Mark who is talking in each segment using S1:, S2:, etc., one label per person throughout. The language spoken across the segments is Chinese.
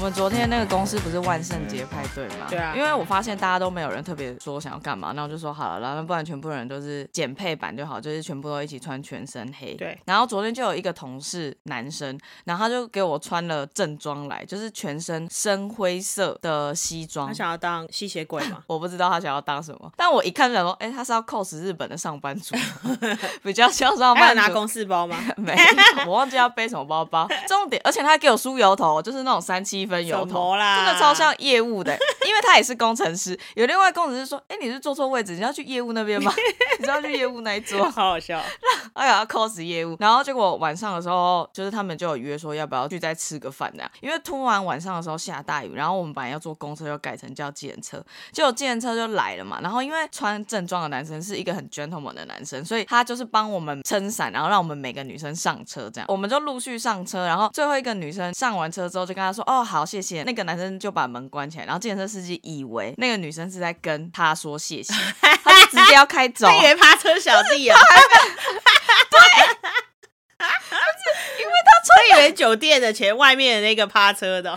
S1: 们昨天那个公司不是万圣节派对嘛？
S2: 对啊
S1: 因为我发现大家都没有人特别说想要干嘛，那我就说好了，然后不然全部人都是减配版就好，就是全部都一起穿全身黑。
S2: 对。
S1: 然后昨天就有一个同事男生，然后他就给我穿了正装来，就是全身深灰色的西装？
S2: 他。想要当吸血鬼嘛
S1: 我不知道他想要当什么，但我一看就想说，哎、他是要 cos 日本的上班族吗， 比较像上
S2: 还有
S1: 班
S2: 拿
S1: 族。
S2: 公事包吗？
S1: 没有，我忘记要背什么包包。重点，而且他还给我梳油头，就是那种三七分油
S2: 什
S1: 头
S2: 么，啦
S1: 真的超像业务的，欸因为他也是工程师。有另外工程师说：“哎、你是坐错位置，你要去业务那边吗？ 你是要去业务那一桌
S2: 好好笑，
S1: 哎呀，要 cos 业务。然后结果晚上的时候，就是他们就有约说要不要去再吃个饭这样，因为突然晚上的时候下大雨，然后我们本来要坐公车，又改成叫计程车，结果计程车就来了嘛。然后因为穿正装的男生是一个很 gentleman 的男生，所以他就是帮我们撑伞，然后让我们每个女生上车这样。我们就陆续上车，然后最后一个女生上完车之后就跟他说：“哦，好，谢谢。”那个男生就把门关起来，然后计程车司机以为那个女生是在跟他说谢谢，他就直接要开 走。啊
S2: 他以为趴车小弟 啊，对，因为他以为酒店的前外面的那个趴车 的哦，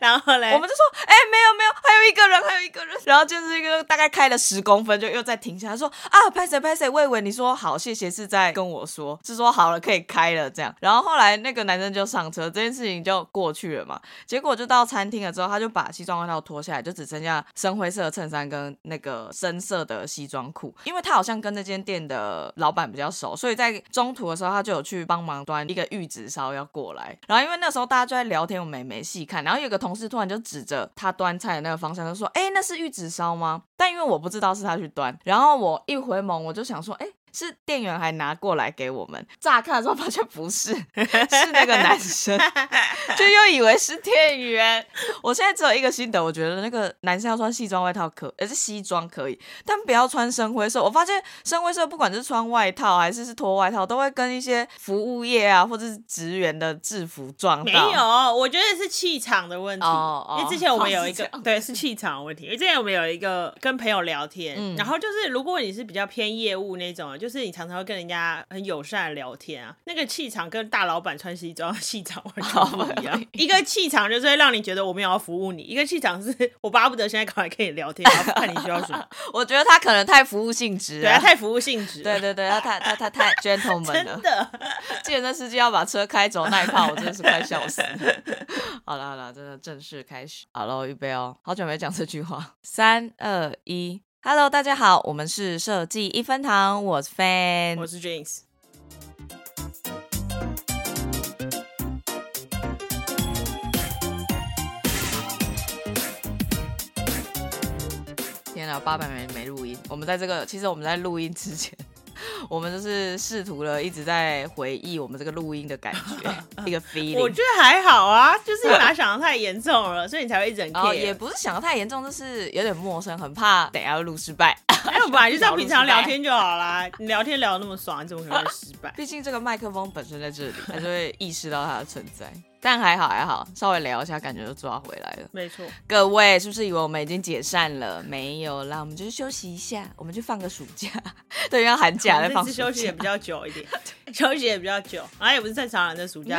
S2: 然后嘞
S1: 我，们就说，哎、没有没有，还有一个人，还有一个人。然后就是一个大概开了十公分，就又再停下来说，啊，拍谁拍谁，我以为你说好谢谢是在跟我说，是说好了可以开了这样。然后后来那个男生就上车，这件事情就过去了嘛。结果就到餐厅了之后，他就把西装外套脱下来，就只剩下深灰色的衬衫跟那个深色的西装裤，因为他好像跟那间店的老板比较熟，所以在中途的时候他就有去帮忙端一个玉子烧要过来。然后因为那时候大家就在聊天，我们也没细看。然后有个同事突然就指着他端菜的那个方向，就说：“哎、那是玉子烧吗？”但因为我不知道是他去端，然后我一回眸，我就想说：“哎、是店员还拿过来给我们，乍看的时候发现不是，是那个男 生，就又以为是店员。我现在只有一个心得，我觉得那个男生要穿西装外套可，呃，是西装可以，但不要穿深灰色。我发现深灰色不管是穿外套还是是脱外套，都会跟一些服务业啊或者是职员的制服撞到。
S2: 没有，我觉得是气场的问题。
S1: 哦哦
S2: 因为之前我们有一
S1: 是这
S2: 个，对，是气场的问题。因为之前我们有一个跟朋友聊天，
S1: 嗯
S2: 然后就是如果你是比较偏业务那种，就是你常常会跟人家很友善的聊天啊，那个气场跟大老板穿西装的气场完全不一
S1: 哦
S2: 样。一个气场就是会让你觉得我没有要服务你，一个气场是我巴不得现在赶快跟你聊天，然后看你需要什 么。
S1: 我觉得他可能太服务性质
S2: 对啊，
S1: 了。
S2: 太服务性质。
S1: 对。对对，他太他他太 gentleman
S2: 真
S1: 了。
S2: 的，
S1: 计程车司机要把车开走那一趴，我真的是快笑死了。好了好了，真的正式开始。好了，预备哦，好久没讲这句话。 三二一，Hello，大家好，我们是设计一分堂，我是 Fan
S2: 我。是 James，
S1: 天啊，八百没没录音。我们在这个，其实我们在录音之前。 我们就是试图了，一直在回忆我们这个录音的感 觉， 一个 feeling。
S2: 我觉得还好啊，就是你把它想的太严重了，所以你才会一整 care。
S1: 哦，也不是想的太严重，就是有点陌生，很怕等一下会录失败。
S2: 还有哎本来就
S1: 哎
S2: 像平常聊天就好啦，你聊天聊得那么爽，你怎么可能会失 败？
S1: 毕竟这个麦克风本身在这里，他就会意识到它的存在。但还好还好，稍微聊一下，感觉就抓回来了。
S2: 没错，
S1: 各位是不是以为我们已经解散了？没有啦，我们就是休息一下，我们就放个暑假。 对，要寒假来
S2: 这
S1: 放
S2: 次
S1: 暑
S2: 休息也
S1: 假，
S2: 比。较久一点，休息也比较久，然后也不是正常人的暑假，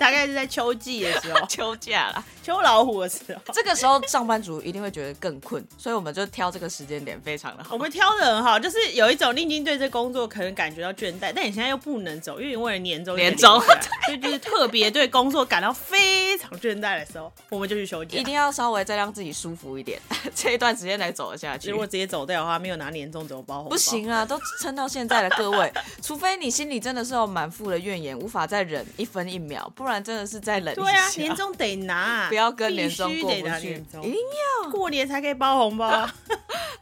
S2: 大概是在秋季的时候
S1: 秋假啦，
S2: 秋老虎的时候。
S1: 这个时候上班族一定会觉得更困，所以我们就挑这个时间点非常的好。
S2: 我们挑的很好，就是有一种你已经对这工作可能感觉到倦怠，但你现在又不能走，因为你为了年终
S1: 年终
S2: 才离开所以就是特别对工作感到非常倦怠的时候，我们就去休假
S1: 一。定要稍微再让自己舒服一点， 这一段时间才走得下去。
S2: 如果直接走掉的话，没有拿年终怎么包红包？
S1: 不行啊，都撑到现在了，各位， 除非你心里真的是有满腹的怨言，无法再忍一分一秒，不然真的是再忍一
S2: 对啊，
S1: 下
S2: 年终得拿啊，
S1: 不要跟年终
S2: 必须
S1: 过
S2: 得
S1: 不
S2: 拿
S1: 去
S2: 年终
S1: 一定哦
S2: 过年才可以包红包啊。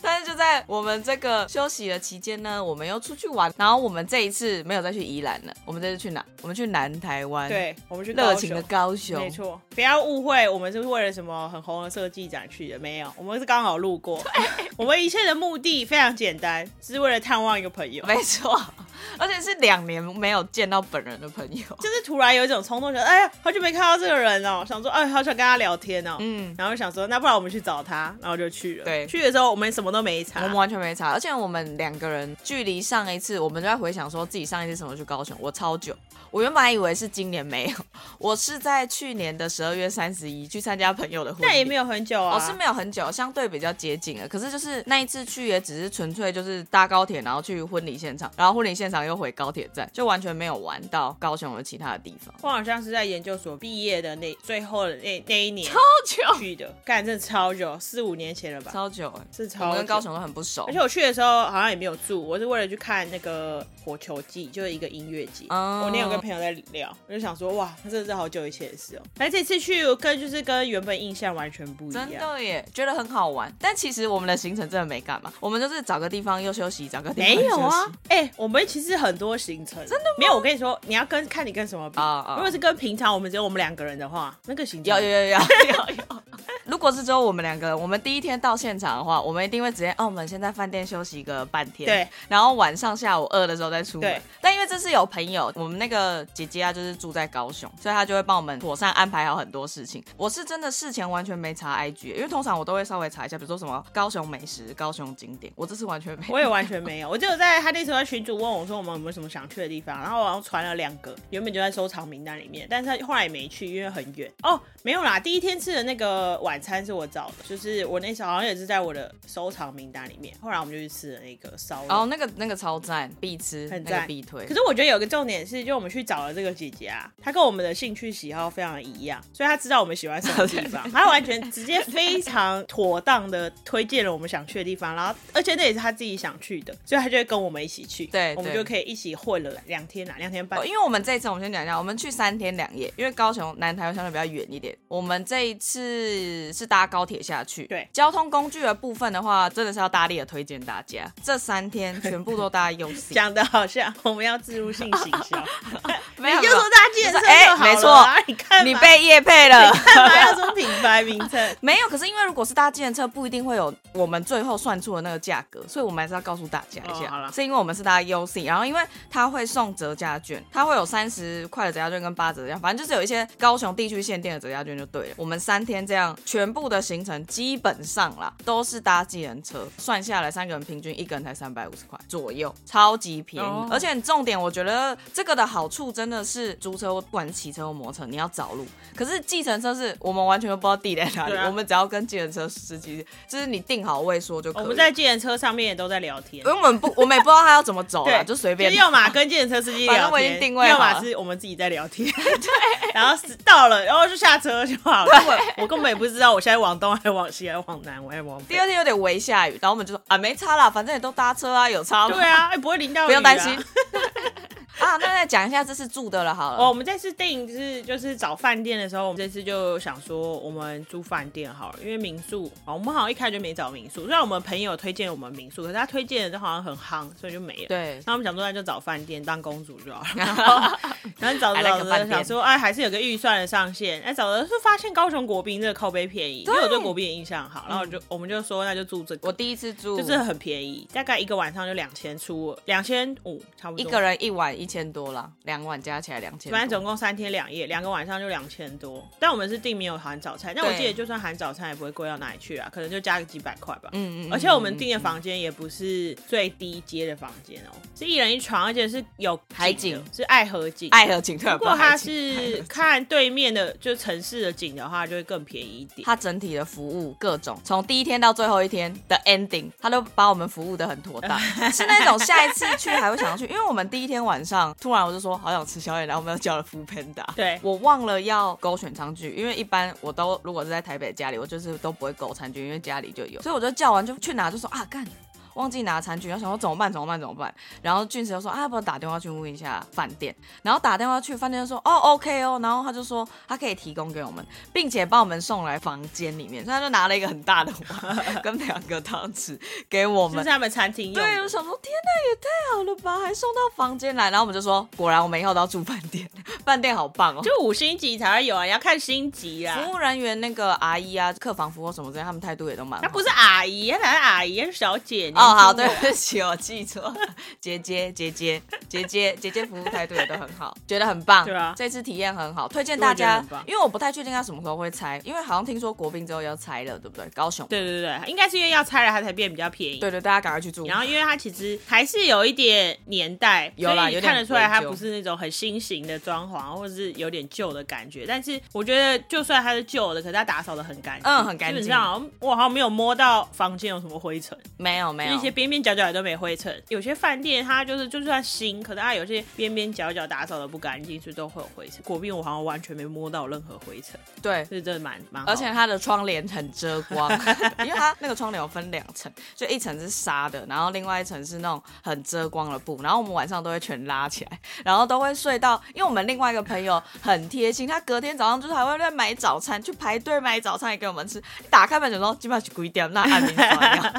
S1: 但是就在我们这个休息的期间呢，我们又出去玩，然后我们这一次没有再去宜兰了，我们这次去哪？我们去南台湾，，
S2: 对，我们去高
S1: 哎热
S2: 雄
S1: 情的高雄，
S2: 没错，不要误会，我们是为了什么很红的设计展去的，没有，我们是刚好 路过。我们一切的目的非常简单，是为了探望一个朋友。
S1: 没错，而且是两年没有见到本人的朋 友，
S2: 就是突然有一种冲动，觉得哎呀，好久没看到这个人哦，想说哎，好想跟他聊天哦，
S1: 嗯。
S2: 然后想说那不然我们去找他，然后就去了。
S1: 对
S2: 去的时候我们什么都没查
S1: 我，们完全没差，而且我们两个人距离上一次，我们就在回想说自己上一次什么时候去高雄，我超久，我原本还以为是今年没有，我是在去年的十二月三十一去参加朋友的婚礼，
S2: 但也没有很久
S1: 哦，
S2: 啊。
S1: 是没有很久，相对比较接近了。可是就是那一次去也只是纯粹就是搭高铁，然后去婚礼现场，然后婚礼现场又回高铁站，就完全没有玩到高雄的其他的地方。
S2: 我好像是在研究所毕业的那最后的那那一年
S1: 超久，
S2: 去的，干真的超久，四五年前了吧？
S1: 超久、欸，
S2: 是
S1: 我
S2: 超
S1: 们跟
S2: 久
S1: 高雄都很不熟
S2: 而。且我去的时候好像也没有住，我是为了去看那个火球季，就是一个音乐季。
S1: 哦
S2: 我那天有跟朋友在聊，我就想说，哇，那真的是好久以前的事哦、来这次去跟就是跟原本印象完全不一样。
S1: 真的耶，觉得很好玩，但其实我们的行程真的没干嘛，我们就是找个地方又休息，找个地方
S2: 没
S1: 又休息
S2: 有啊，哎、我们其实很多行程，真的没有。我跟你说，你要跟看你跟什么比。
S1: 啊啊
S2: 如果是跟平常我们只有我们两个人的话，那个行程
S1: 有有有有有有。如果是只有我们两个人，我们第一天到现场的话，我们一定会直接，哦，我们先在饭店休息个半天，
S2: 对，
S1: 然后晚上下午饿的时候再出门
S2: 对。
S1: 但因为这次有朋友，我们那个姐姐啊，就是住在高雄，所以她就会帮我们妥善安排好很多事情。我是真的事前完全没查 IG，因为通常我都会稍微查一下，比如说什么高雄美食、高雄景点，我这次完全没有。
S2: 我也完全没有，我就有在他那时候在群主问我说我们有没有什么想去的地方，然后我好像传了两个，原本就在收藏名单里面，但是他后来也没去，因为很远。哦，没有啦，第一天吃的那个晚餐是我找的，就是我那时候好像也是在我的收藏名单里面，后来我们就去吃了那个烧肉。
S1: 然后那个那个超赞，必吃，
S2: 很
S1: 那
S2: 赞
S1: 个必推
S2: 可。是我觉得有个重点是，就我们去找了这个姐姐啊，她跟我们的兴趣喜好非常一样，所以她知道我们喜欢什么地 方，她完全直接非常妥当的推荐了我们想去的地方，然后而且那也是她自己想去的，所以她就会跟我们一起去，
S1: 对
S2: 我们
S1: 对
S2: 就可以一起混了两天啊，两天半
S1: 哦，因为我们这一次，我们先讲一下，我们去三天两夜，因为高雄南台湾相对比较远一点。我们这一次是搭高铁下去。
S2: 对
S1: 交通工具的部分的话，真的是要大力的推荐大家，这三天全部都搭 UC。
S2: 讲的好像我们要自入性行 销，
S1: 没有
S2: 你就说大家健身
S1: 哎
S2: 就好
S1: 没
S2: 了
S1: 错
S2: 啊，你看
S1: 你
S2: 吧
S1: 被夜配了。
S2: 干嘛要说品牌名 称？
S1: 没有，可是因为如果是搭计程车，不一定会有我们最后算出的那个价格，所以我们还是要告诉大家一
S2: 哦好
S1: 下，
S2: 啦
S1: 是因为我们是搭 UC，然后因为它会送折价券，它会有三十块的折价券跟八折折价券，反正就是有一些高雄地区限定的折价券就对了。我们三天这样全部的行程基本上啦都是搭计程车，算下来三个人平均一个人才三百五十块左右，超级便宜，
S2: 哦
S1: 而且重点我觉得这个的好处真的是租车，不管是骑车或摩托车，你要找路。可是计程车是我们完全都不知道地点在哪里，
S2: 对啊
S1: 我们只要跟计程车司机，就是你定好位说就可以。
S2: 我们在计程车上面也都在聊
S1: 因。
S2: 天
S1: 为我们不， 我们也不知道他要怎么走啦，
S2: 对，
S1: 就随便。
S2: 就要么跟计程车司 机聊
S1: 反
S2: 天，
S1: 正我已经定位
S2: 要
S1: 好了
S2: 么是我们自己在聊 天，对， 然后是到了，然后就下车就好了。我我根本也不知道我现在往东还是往西还是往南，我还是往北
S1: 第。二天有点微下雨，然后我们就说啊没差啦，反正也都搭车啊，有差吗？
S2: 对啊，哎，不会淋到雨啊，
S1: 不用担心。 啊，那再讲一下这次住的了好了。
S2: 哦，我们这次订是就是找饭店的时候，我们这次就想说我们租饭店好了，因为民宿哦，我们好像一开始就没找民宿，虽然我们朋友推荐我们民宿，可是他推荐的都好像很夯，所以就没了。
S1: 对，
S2: 那我们想说，那就找饭店当公主就 好了。然后，然后找着
S1: 还来
S2: 找
S1: 个
S2: 着
S1: 饭店
S2: 想说，哎，还是有个预算的上限。哎，找着是发现高雄国宾这个靠背便宜，因为我对国宾的印象很好，然后我就我们就说那就住这
S1: 嗯我
S2: 个，
S1: 第一次住，
S2: 就是很便宜，大概一个晚上就两千出，两千五差不
S1: 一
S2: 多。
S1: 个人一晚一千多啦，两晚加起来两千。
S2: 反正总共三天两夜，两个晚上就两千多。但我们是订没有含早餐，但我
S1: 对
S2: 记得就算含早餐也不会贵到哪里去啊，可能就加个几百块吧。
S1: 嗯嗯嗯
S2: 而且我们订的房间也不是最低阶的房间哦，是一人一床，而且是有
S1: 海
S2: 景的
S1: 景，
S2: 是爱河景。
S1: 爱和情特
S2: 如果它是看对面的就城市的景的话，就会更便宜一点。
S1: 它整体的服务各种，从第一天到最后一天 的 ending，它都把我们服务的很妥当，是那种下一次去还会想要去，因为我们第一天晚上突然我就说好想吃宵夜，然后我们又叫了 Food Panda，
S2: 对
S1: 我忘了要勾选餐具，因为一般我都如果是在台北家里，我就是都不会勾餐具，因为家里就有，所以我就叫完就去拿，就说啊干。忘记拿餐具，然后想说怎么办？怎么办？怎么办？然后俊石就说啊，要不要打电话去问一下饭店？然后打电话去饭店就说哦，OK 哦，然后他就说他可以提供给我们，并且把我们送来房间里面，所以他就拿了一个很大的 碗跟两个汤匙给我
S2: 就是
S1: 们。
S2: 他们餐厅用的，
S1: 对，我想说，天哪，也太好了吧，还送到房间来。然后我们就说，果然我们以后都要住饭店，饭店好棒哦。
S2: 就五星级才会有啊，你要看星级啊
S1: 服。务人员那个阿姨啊，客房服务什么之类，他们态度也都蛮好。
S2: 她不是阿姨，她哪是阿姨？她是小姐，你
S1: 哦，好，
S2: 的
S1: 对不起，我记错。 姐姐，姐姐，姐姐，姐姐服务态度也都很好，觉得很棒。
S2: 对啊
S1: 这次体验很好，推荐大
S2: 我也觉得
S1: 家
S2: 很棒。
S1: 因为我不太确定他什么时候会拆，因为好像听说国宾之后要拆了，对不对？高雄。
S2: 对对对，应该是因为要拆了，它才变比较便宜。
S1: 对对，大家赶快去住。
S2: 然后，因为它其实还是有一点年代，
S1: 有啦
S2: 所以
S1: 有点
S2: 看得出来它
S1: 古旧
S2: 不是那种很新型的装潢，或者是有点旧的感觉。但是我觉得，就算它是旧的，可是它打扫的很干净，
S1: 嗯很干净
S2: 基本上好像我好像没有摸到房间有什么灰尘，
S1: 没有没有
S2: 就一些，边边角角也都没灰尘。有些饭店它就是就算新，可是它有些边边角角打扫的不干净，所以都会有灰尘。国宾我好像完全没摸到任何灰尘，
S1: 对。
S2: 所以真的蛮蛮好
S1: 而
S2: 的。
S1: 且它的窗帘很遮光，因为它那个窗帘有分两层，就一层是纱的，然后另外一层是那种很遮光的布，然后我们晚上都会全拉起来，然后都会睡到，因为我们另外一个朋友很贴心，他隔天早上就是还会在买早餐，去排队买早餐也给我们吃，打开门的时候基本上是几点，那按铃响，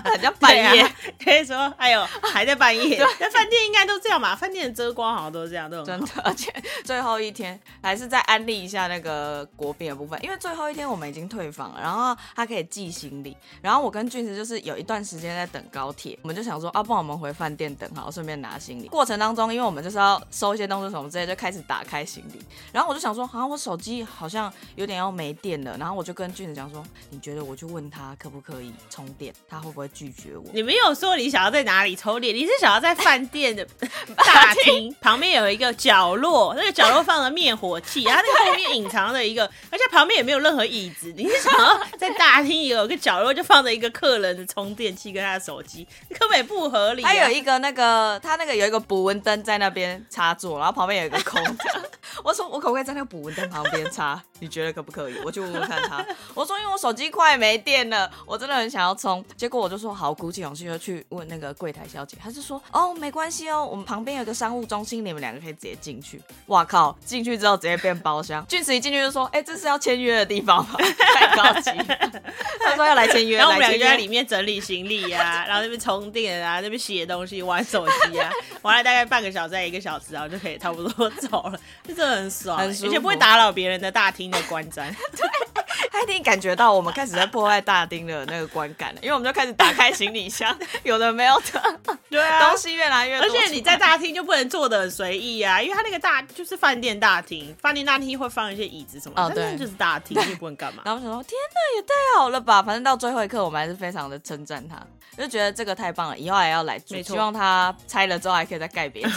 S1: 很像 半夜，
S2: 可以说，哎呦，还在半夜。那饭店应该都这样吧？饭店的遮光好像都是这样，都
S1: 真
S2: 很
S1: 的
S2: 好。，
S1: 而且最后一天还是再安利一下那个国宾的部分，因为最后一天我们已经退房了，然后他可以寄行李，然后我跟俊子就是有一段时间在等高铁，我们就想说啊，不然我们回饭店等好，顺便拿行李。过程当中，因为我们就是要收一些东西什么之类，就开始打开行李，然后我就想说，好、像我手机好像有点要没电了，然后我就跟俊子讲说，你觉得我去问他可不可以充电，他会不会拒绝我？
S2: 你没有说你想要在哪里抽脸，你是想要在饭 店的大厅旁边有一个角落，那个角落放了灭火 器，然后那个后面隐藏着一个，而且旁边也没有任何椅子，你是想要在大厅有一个角落就放着一个客人的充电器跟他的手机，根本也不合理、啊。
S1: 它有一个那个，它那个有一个捕蚊灯在那边插座，然后旁边有一个空的。 我说我可不可以在那个捕蚊灯旁边插？ 你觉得可不可以？我就问问看他。我说因为我手机快没电了，我真的很想要充。结果我就说好，鼓起勇气就去问那个柜台小姐，她是说哦没关系哦，我们旁边有一个商务中心，你们两个可以直接进去。哇靠，进去之后直接变包厢。俊子一进去就说，哎、这是要签约的地方吗？ 太高级 了。他说要来签约，
S2: 然后我们
S1: 来签
S2: 两个就在
S1: 约
S2: 里面整理行 李呀、然后那边充电啊，那边写东西、玩手机啊， 玩了大概半个小时、一个小时，然后就可以差不多走了，就真的很爽、
S1: 很舒服
S2: 而且不会打扰别人的大厅的观瞻。
S1: 他一定感觉到我们开始在破坏大厅的那个观感了，因为我们就开始打开行李箱，有的没有的
S2: 对 啊
S1: 东。西越来越多
S2: 而
S1: 出来。
S2: 且你在大厅就不能坐的很随意啊，因为它那个大就是饭店大厅，饭店大厅会放一些椅子什么的，
S1: 哦对
S2: 但那就是大厅，你也不能 干嘛。
S1: 然后我想说，天哪，也太好了吧！反正到最后一刻，我们还是非常的称赞他，就觉得这个太棒了，以后还要来住。
S2: 没错
S1: 希望他拆了之后还可以再盖别的。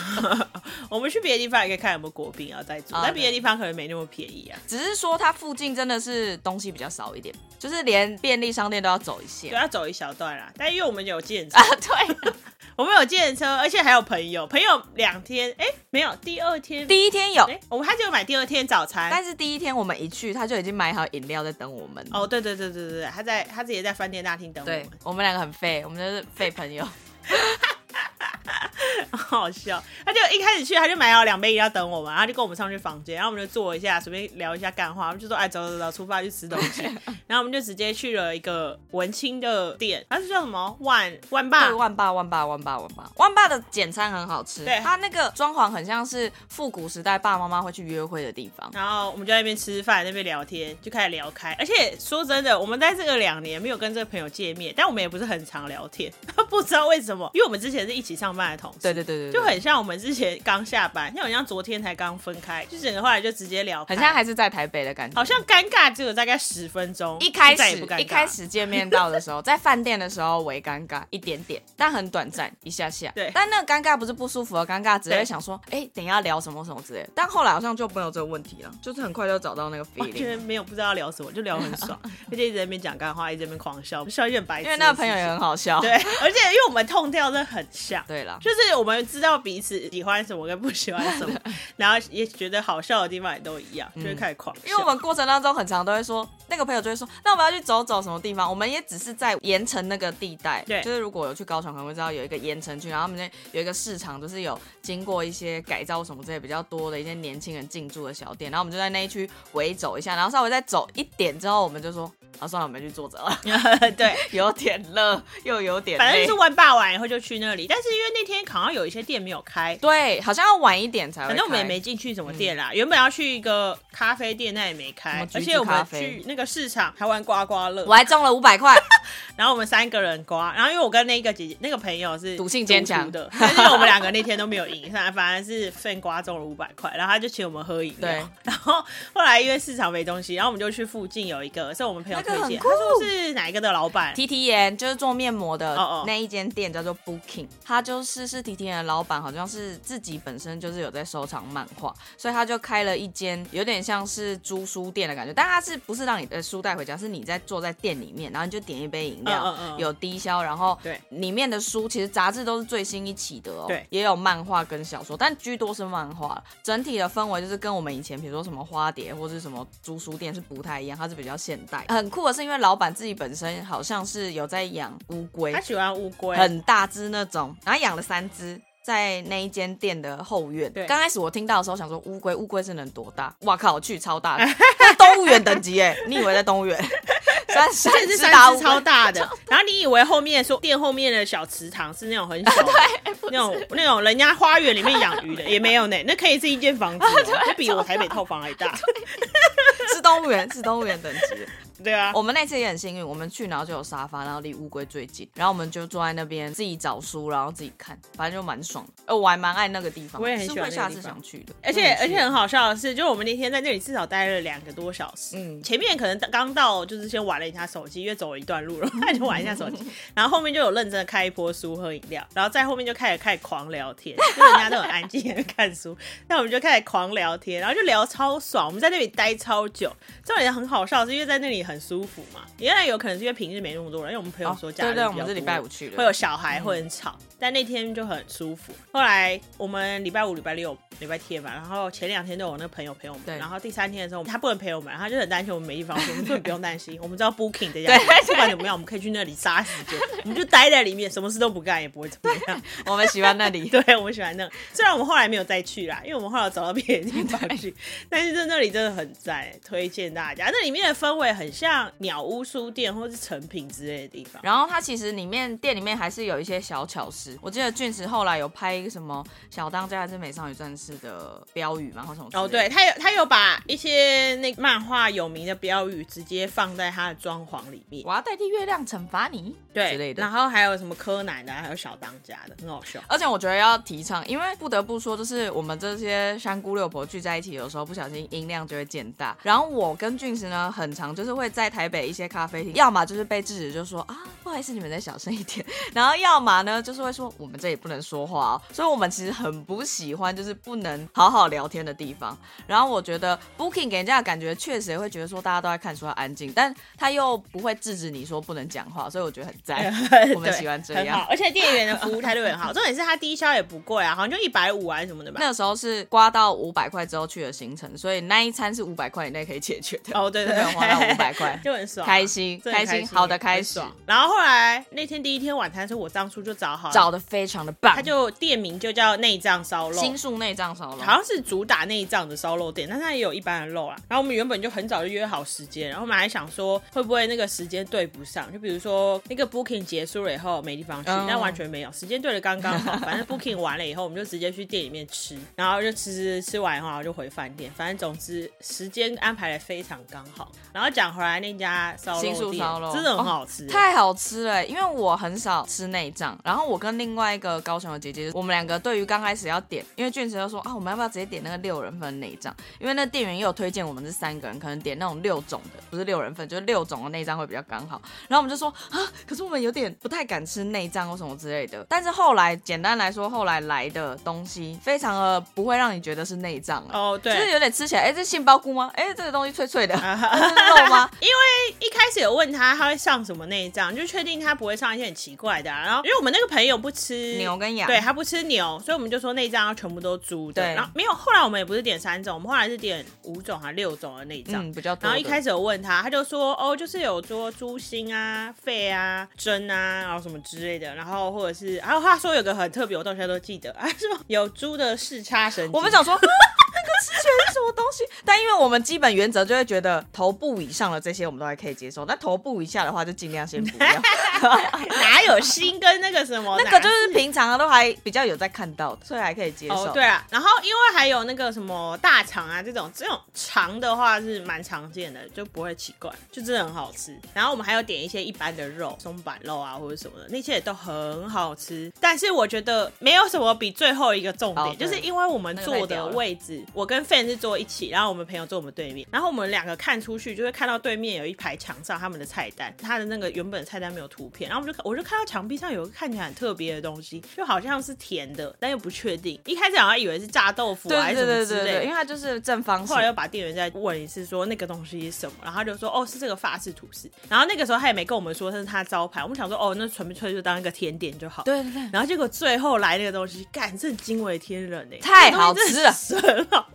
S2: 我们去别的地方也可以看有没有国宾啊，再住，
S1: 哦
S2: 但别的地方可能没那么便宜啊。
S1: 只是说他附近真的是东西比较少一点，就是连便利商店都要走一
S2: 对，
S1: 些。
S2: 要走一小段啦，但因为我们有建车
S1: 啊，，对，
S2: 我们有借车，而且还有朋友，朋友两天，哎、没有，第二天，
S1: 第一天有，
S2: 哎、我们他只有买第二天早餐。
S1: 但是第一天我们一去，他就已经买好饮料在等我们了。
S2: 哦，对对对对对，他在他自己在饭店大厅等我
S1: 对
S2: 们，
S1: 我们两个很废，我们就是废朋友。
S2: 好好笑。他就一开始去，他就买好两杯饮料等我们，然后就跟我们上去房间，然后我们就坐一下，随便聊一下干话，我们就说哎，走走走，出发去吃东 西。然后我们就直接去了一个文青的店，它是叫什么万万霸
S1: 对，万霸万霸万霸万霸万霸的简餐很好吃，
S2: 对
S1: 它那个装潢很像是复古时代爸爸妈妈会去约会的地方。
S2: 然后我们就在那边吃饭，那边聊天，就开始聊开。而且说真的，我们在这个两年没有跟这个朋友见面，但我们也不是很常聊天， 不知道为什么，因为我们之前是一起上班的同事，
S1: 对对对对，
S2: 就
S1: 对
S2: 很像我们之前刚下班，像很像昨天才刚分开，就整个后来就直接聊开，
S1: 很像还是在台北的感觉。
S2: 好像尴尬只有大概十分钟，
S1: 一开
S2: 就再也
S1: 始
S2: 不尴尬
S1: 一开。始见面到的时 候，在饭店的时候微尴尬一点点，但很短暂，一下下。
S2: 对
S1: 但那个尴尬不是不舒服的尴尬，只会
S2: 对
S1: 想说，哎，等一下聊什么什么之类的。但后来好像就没有这个问题了，就是很快就找到那个
S2: 我觉
S1: feeling。
S2: 得哦没有不知道要聊什么，就聊 很爽，而且一直在那边讲干话，一直在那边狂笑，笑一点白痴
S1: 因为
S2: 的事情。
S1: 那个朋友也很好笑。
S2: 对，而且因为我们痛调真的很像，
S1: 对啦，
S2: 就是我们知道彼此喜欢什么跟不喜欢 什么，然后也觉得好笑的地方也都一样，就会开始狂笑。
S1: 嗯因为我们过程当中很常都会说，那个朋友就会说，那我们要去走走什么地方？我们也只是在盐城那个地带，
S2: 对
S1: 就是如果有去高雄，可能会知道有一个盐城区，然后他们那有一个市场，就是有经过一些改造什么之类比较多的一些年轻人进驻的小店，然后我们就在那一区围走一下，然后稍微再走一点之后，我们就说，啊，算了，我们去坐着了，
S2: 对，
S1: 有点热，又有点
S2: 反正
S1: 累
S2: 就是。玩霸完以后就去那里，但是因为那天好像有一些店没有开。
S1: 对，好像要晚一点才会开。
S2: 反正我们也没进去什么店啦，原本要去一个咖啡店，那也没
S1: 嗯什
S2: 开
S1: 么，橘
S2: 而
S1: 子
S2: 且我
S1: 咖
S2: 们
S1: 啡
S2: 去那个市场还玩刮刮乐
S1: 我，还中了五百块，
S2: 然后我们三个人刮，然后因为我跟那个姐姐那个朋友是
S1: 赌性坚强
S2: 赌徒的，但是我们两个那天都没有赢，反反而是分刮中了五百块，然后他就请我们喝饮料
S1: 对，
S2: 然后后来因为市场没东西，然后我们就去附近有一个是我们朋友推
S1: 那个很
S2: 荐，
S1: 酷
S2: 他说是哪一个的老板，
S1: 提提研就是做面膜的
S2: 哦哦
S1: 那一间店叫做 Booking，他就是是提提研的老板，好像是自己本身就是有在收藏漫画，所以他就开了一间有点像是租书店的感觉，但他是不是让你的书带回家，是你在坐在店里面，然后你就点一杯饮料，
S2: 嗯嗯嗯
S1: 有低消，然后
S2: 对
S1: 里面的书其实杂志都是最新一期的哦，
S2: 对
S1: 也有漫画跟小说，但居多是漫画，整体的氛围就是跟我们以前比如说什么花蝶或是什么租书店是不太一样，它是比较现代。很酷的是，因为老板自己本身好像是有在养乌龟
S2: 他，喜欢乌龟，
S1: 很大只那种，然后养了三只。在那一间店的后院，
S2: 对
S1: 刚开始我听到的时候想说乌龟，乌龟是能多大？哇靠，去超大，那动物园等级哎！你以为在动物园？ 三三
S2: 这是
S1: 只
S2: 三
S1: 大乌
S2: 只
S1: 龟
S2: 超大的，然后你以为后面说店后面的小池塘是那种很 小的那种那种人家花园里面养鱼的也没有呢，那可以是一间 房子哦，那比我台北套房还大。
S1: 是动物园，是动物园等级。
S2: 对啊，
S1: 我们那次也很幸运，我们去然后就有沙发，然后离乌龟最近，然后我们就坐在那边自己找书，然后自己看，反正就蛮爽的。呃，我还蛮爱那个地方，
S2: 我也很喜
S1: 是
S2: 欢
S1: 会
S2: 那个
S1: 下
S2: 地
S1: 次
S2: 方
S1: 想去的，
S2: 而
S1: 真
S2: 且
S1: 的
S2: 而且
S1: 去
S2: 很好笑的是，就是我们那天在那里至少待了两个多小时。
S1: 嗯
S2: 前面可能刚到，就是先玩了一下手机，因为走了一段路，然后他就玩一下手 机，然后后面就有认真的开一波书喝饮料，然后在后面就开始开始狂聊天，因为人家都很安静在看书， 那我们就开始狂聊天，然后就聊超爽，我们在那里待超久，这种也很好笑，是因为在那里很舒服嘛。原来有可能是因为平日没那么多人，因为我们朋友
S1: 哦
S2: 说假日
S1: 对
S2: 比
S1: 对，
S2: 较多、
S1: 我们是礼拜五去的，
S2: 会有小孩会很吵，但那天就很舒服。后来我们礼拜五、礼拜六、礼拜天嘛，然后前两天都有那个朋友陪我们
S1: 对，
S2: 然后第三天的时候他不能陪我们，他就很担心我们没地方 去，我们说你不用担心，我们知道 Booking 这
S1: 对
S2: 家店，不管怎么样，我们可以去那里杀时间，我们就待在里面，什么事都不干，也不会怎么样。
S1: 我们喜欢那里。
S2: 对，我们喜欢那个，虽然我们后来没有再去啦，因为我们后来找到别的地方去，但是在那里真的很赞，推荐大家。那里面的氛围很像鸟屋书店或是成品之类的地方。
S1: 然后它其实里面店里面还是有一些小巧思，我记得俊石后来有拍一个什么小当家还是美少女战士的标语嘛，或什么之类的
S2: 哦，对，他有他有把一些那个漫画有名的标语直接放在他的装潢里面，
S1: 我要代替月亮惩罚你，之类
S2: 对，
S1: 的
S2: 然。后还有什么柯南的，还有小当家的，很好笑。。
S1: 而且我觉得要提倡，因为不得不说，就是我们这些三姑六婆聚在一起，有时候不小心音量就会渐大。然后我跟俊石呢，很常就是会在台北一些咖啡厅， 要么就是被制止，就说啊，不好意思，你们再小声一点。然后要么呢，就是会说我们这也不能说话、哦，所以我们其实很不喜欢就是不能好好聊天的地方。然后我觉得 Booking 给人家的感觉确实也会觉得说大家都在看书要安静，但他又不会制止你说不能讲话，所以我觉得很赞 我们
S2: 对
S1: 喜欢这
S2: 很
S1: 样
S2: 好。而且店员的服务态度也 很好，重点是他低消也不贵啊，好像就一百五啊什么的吧。
S1: 那个时候是刮到五百块之后去的行程，所以那一餐是五百块以内可以解决的。
S2: 哦，对对
S1: 没有
S2: 对，
S1: 花到500块
S2: 就很爽啊，
S1: 开心
S2: 真的很
S1: 开
S2: 开
S1: 心好的开
S2: 很
S1: 始
S2: 爽。然后后来那天第一天晚餐的时候，我当初就找好了，
S1: 找的非常的棒，
S2: 他就店名就叫内脏烧肉，
S1: 新宿内脏烧肉，
S2: 好像是主打内脏的烧肉店，但它也有一般的肉啦。啊然后我们原本就很早就约好时间，然后我们还想说会不会那个时间对不上，就比如说那个 booking 结束了以后没地方去，
S1: 嗯
S2: 但完全没有，时间对的刚刚好。反正 booking 完了以后，我们就直接去店里面吃，然后就吃吃吃完以后然后就回饭店。反正总之时间安排的非常刚好。然后讲回来那家烧
S1: 新
S2: 肉
S1: 宿
S2: 店
S1: 烧肉哦
S2: 真的很好吃、
S1: 太好吃了欸、因为我很少吃内脏，然后我跟另外一个高雄的姐姐，我们两个对于刚开始要点，因为俊池就说啊，我们要不要直接点那个六人份内脏？因为那店员也有推荐我们这三个人，可能点那种六种的，不是六人份，就是六种的内脏会比较刚好。然后我们就说啊，可是我们有点不太敢吃内脏或什么之类的。但是后来简单来说，后来来的东西非常的不会让你觉得是内脏了。
S2: 哦，对，
S1: 就是有点吃起来，哎、这杏鲍菇吗？哎、这个东西脆脆的，
S2: 啊
S1: 这是肉吗？
S2: 因为一开始有问他他会上什么内脏，就确定他不会上一些很奇怪的啊、然后因为我们那个朋友不吃
S1: 牛跟羊
S2: 对他不吃牛，所以我们就说内脏要全部都猪的。
S1: 对
S2: 然后没有，后来我们也不是点三种，我们后来是点五种还六种的内脏。
S1: 嗯，比较多的。
S2: 然后一开始有问他，他就说哦，就是有说猪心啊、肺啊、针啊，然后什么之类的，然后或者是，啊然后他说有个很特别，我到现在都记得，他说有猪的视差神经，
S1: 我们想说，这吃全是什么东西？但因为我们基本原则就会觉得头部以上的这些我们都还可以接受，那头部以下的话就尽量先不 要。
S2: 哪有心跟那个什么？
S1: 那个就是平常都还比较有在看到的，所以还可以接受。
S2: 哦，对啊，然后因为还有那个什么大肠啊，这种这种肠的话是蛮常见的，就不会奇怪，就真的很好吃。然后我们还有点一些一般的肉，松板肉啊或者什么的，那些也都很好吃。但是我觉得没有什么比最后一个重点，
S1: 哦
S2: 就
S1: 对
S2: 是因为我们坐
S1: 那个太
S2: 的
S1: 屌了
S2: 位置，我跟 Fan 是坐一起，然后我们朋友坐我们对面，然后我们两个看出去就会看到对面有一排墙上他们的菜单，他的那个原本的菜单没有图片，然后我们就我就看到墙壁上有一个看起来很特别的东西，就好像是甜的，但又不确定。一开始好像以为是炸豆腐啊还
S1: 对
S2: 是
S1: 对
S2: 什
S1: 对
S2: 么之
S1: 对
S2: 类
S1: 对，因
S2: 的
S1: 为它就是正方形
S2: 后来。又把店员再问一次，说那个东西是什么，然后他就说哦是这个法式吐司，然后那个时候他也没跟我们说这是他招牌，我们想说哦那纯粹就当一个甜点就好。
S1: 对对对，
S2: 然后结果最后来那个东西，干，真的惊为天人哎、
S1: 太好吃了
S2: 这东西真的很好，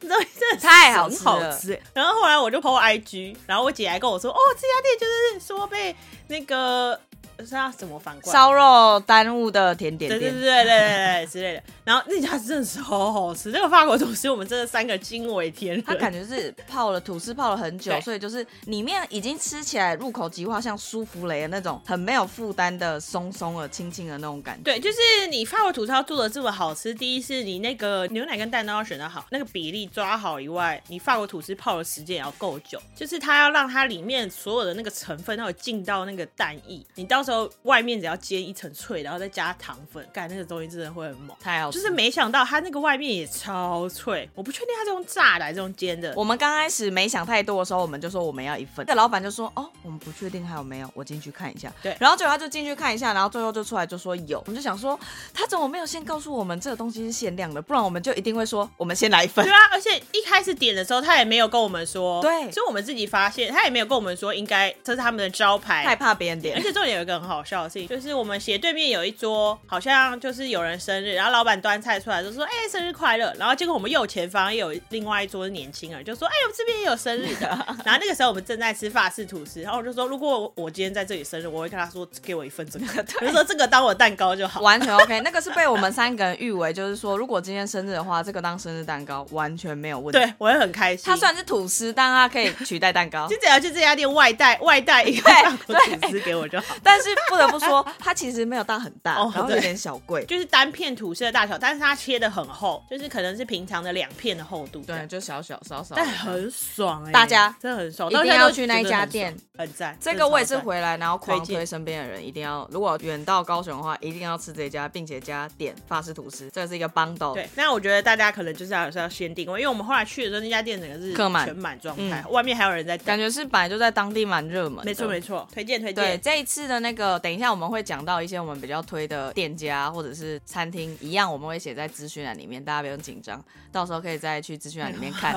S2: 这东西真的
S1: 太好
S2: 很
S1: 吃
S2: 好
S1: 了
S2: 吃欸。然后后来我就 PO IG，然后我姐还跟我说，哦，这家店就是说被那个是要怎么反过来？
S1: 烧肉耽误的甜点
S2: 对对对
S1: 店，
S2: 对对对对之类的，然后那家真的超好吃，那个法国吐司我们真的三个惊为天人，
S1: 它感觉是泡了吐司泡了很久
S2: 对，
S1: 所以就是里面已经吃起来入口即化，像舒芙蕾的那种很没有负担的松松的、轻轻的那种感觉。
S2: 对，就是你法国吐司要做的这么好吃，第一是你那个牛奶跟蛋都要选的好，那个比例抓好以外，你法国吐司泡的时间也要够久，就是它要让它里面所有的那个成分都有进到那个蛋液，你到时候外面只要煎一层脆，然后再加糖粉，干那个东西真的会很猛。
S1: 太好吃
S2: 就
S1: 了，
S2: 是没想到它那个外面也超脆，我不确定它是用炸的还是用煎的。
S1: 我们刚开始没想太多的时候，我们就说我们要一份。那老板就说：“哦，我们不确定还有没有，我进去看一下。”
S2: 对
S1: 然后结果他就进去看一下，然后最后就出来就说有。我们就想说，他怎么没有先告诉我们这个东西是限量的？不然我们就一定会说我们先来一份
S2: 对。啊，而且一开始点的时候，他也没有跟我们说，
S1: 对
S2: 所以我们自己发现，他也没有跟我们说应该这是他们的招牌，
S1: 害怕别人点
S2: 而，且重点有一个很好笑的事情，就是我们斜对面有一桌，好像就是有人生日，然后老板端菜出来就说：“哎、生日快乐！”然后结果我们右前方也有另外一桌是年轻人，就说：“哎、我们这边也有生日 的。”然后那个时候我们正在吃法式吐司，然后我就说：“如果我我今天在这里生日，我会跟他说给我一份 这个，我就说这个当我蛋糕就好。”
S1: 完全 OK。那个是被我们三个人誉为，就是说，如果今天生日的话，这个当生日蛋糕完全没有问题。
S2: 对，我会很开心。
S1: 它虽然是吐司，但它可以取代蛋 糕
S2: 就。只要去这家店外带外带一个
S1: 对
S2: 法国
S1: 对
S2: 吐司给我就好。
S1: 但是不得不说，它其实没有到很大，
S2: 哦
S1: 然后有
S2: 对
S1: 点小贵。
S2: 就是单片吐司的大小，但是它切的很厚，就是可能是平常的两片的厚度这样。
S1: 对，就小小少少的
S2: 但。很爽哎、
S1: 哦大家
S2: 真的很爽，
S1: 一定
S2: 到现在
S1: 要
S2: 都
S1: 去那一
S2: 觉得
S1: 家
S2: 很爽
S1: 店，
S2: 很赞。
S1: 这
S2: 真
S1: 个
S2: 的超
S1: 我也是
S2: 赞
S1: 回来，然后狂
S2: 推荐
S1: 推身边的人，一定要如果远到高雄的话，一定要吃这家，并且加点法式吐司，这是一个 bundle。
S2: 对，那我觉得大家可能就是要是要先定位，因为我们后来去的时候，那家店整个是
S1: 客满嗯
S2: 全满状态，外面还有人在
S1: 感
S2: 等。
S1: 觉是本来就在当地蛮热门的。
S2: 没错没错，推荐推
S1: 对，
S2: 荐。
S1: 这一次的那个，等一下我们会讲到一些我们比较推的店家或者是餐厅，一样我们会写在资讯栏里面，大家不用紧张，到时候可以再去资讯栏里面 看。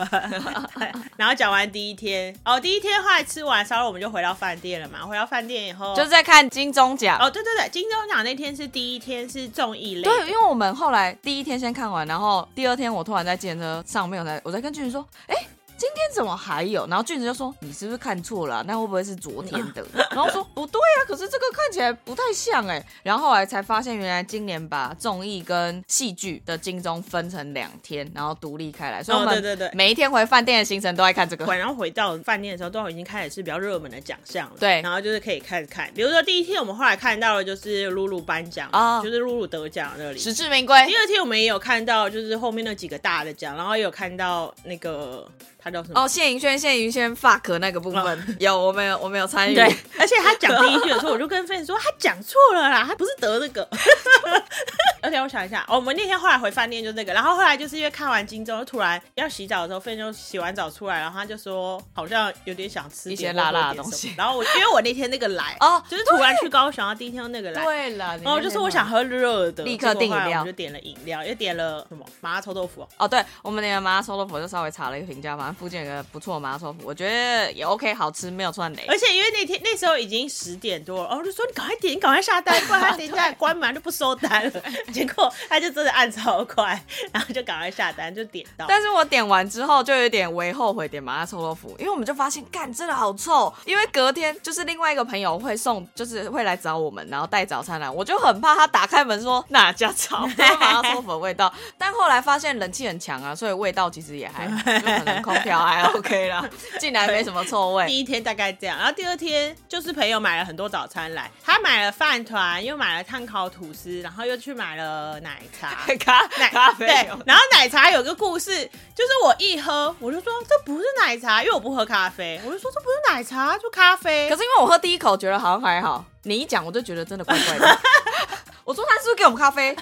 S2: 然后讲完第一天，哦，第一天后来吃完烧肉，我们就回到饭店了嘛。回到饭店以后，
S1: 就是在看金钟奖。
S2: 哦，对对对，金钟奖那天是第一天是综艺类，
S1: 对，因为我们后来第一天先看完，然后第二天我突然在健身车上面，我才我才跟俊子说，哎、今天怎么还有？然后俊子就说：“你是不是看错了啊、那会不会是昨天的？” 然后我说：“不对啊，可是这个看起来不太像哎、然后后来才发现，原来今年把综艺跟戏剧的金钟分成两天，然后独立开来，所以我
S2: 哦对对对
S1: 们每一天回饭店的行程都在看 这个。
S2: 晚上回到饭店的时候，都已经开始是比较热门的奖项了。
S1: 对
S2: 然后就是可以开始看，比如说第一天我们后来看到的就是露露颁奖，
S1: 哦
S2: 就是露露得奖那里。
S1: 实至名归
S2: 第二天我们也有看到，就是后面那几个大的奖，然后也有看到那个他叫什么？
S1: 哦，谢盈萱，谢盈萱 fuck 那个部分、有，我们有我们有 参与。
S2: 对，而且他讲第一句的时候，我就跟芬说他讲错了啦，他不是得这个。 而且我想一下，哦，我们那天后来回饭店就那个，然后后来就是因为看完金钟，突然要洗澡的时候，芬就洗完澡出来，然后他就说好像有点想吃
S1: 一些
S2: 点或
S1: 辣辣
S2: 喝
S1: 的
S2: 点
S1: 东
S2: 什么
S1: 西
S2: 然后我因为我那天那个来，
S1: 哦
S2: 就是突然去高雄，然后第一天就那个来，
S1: 对了，你
S2: 然后我
S1: 那
S2: 就
S1: 天
S2: 说我
S1: 晚
S2: 想喝热的，
S1: 立刻订饮料
S2: 结果后来我们就点了饮料，又点了什么麻辣臭豆腐哦、
S1: 哦，对，我们那个麻辣臭豆腐就稍微查了一个评价，反正附近有个不错的麻辣臭豆腐，我觉得也 OK，好吃，没有串雷。
S2: 而且因为那天那 哦时候已经十点多了，然后我就说你赶快点，你赶快下单，不然他等一下关门就不收单了。结结果他就真的按超快，然后就赶快下单，就点 到。
S1: 但是我点完之后就有点微后悔点麻辣臭豆腐，因为我们就发现干真的好臭，因为隔天就是另外一个朋友会送，就是会来找我们，然后带早餐来，我就很怕他打开门说哪家 炒麻辣臭豆腐的味道，但后来发现冷气很强啊，所以味道其实也还 好，就可能空调还 OK 啦， 进来没什么臭味。
S2: 第一天大概这样，然后第二天就是朋友买了很多早餐来，他买了饭团，又买了碳烤吐司，然后又去买了奶茶。
S1: 咖
S2: 奶
S1: 咖啡
S2: 对
S1: 有，
S2: 然后奶茶有个故事，就是我一喝我就说这不是奶茶，因为我不喝咖啡，我就说这不是奶茶，就咖啡。
S1: 可是因为我喝第一口觉得好像还好，你一讲我就觉得真的怪怪的。我说他是不是给我们咖啡？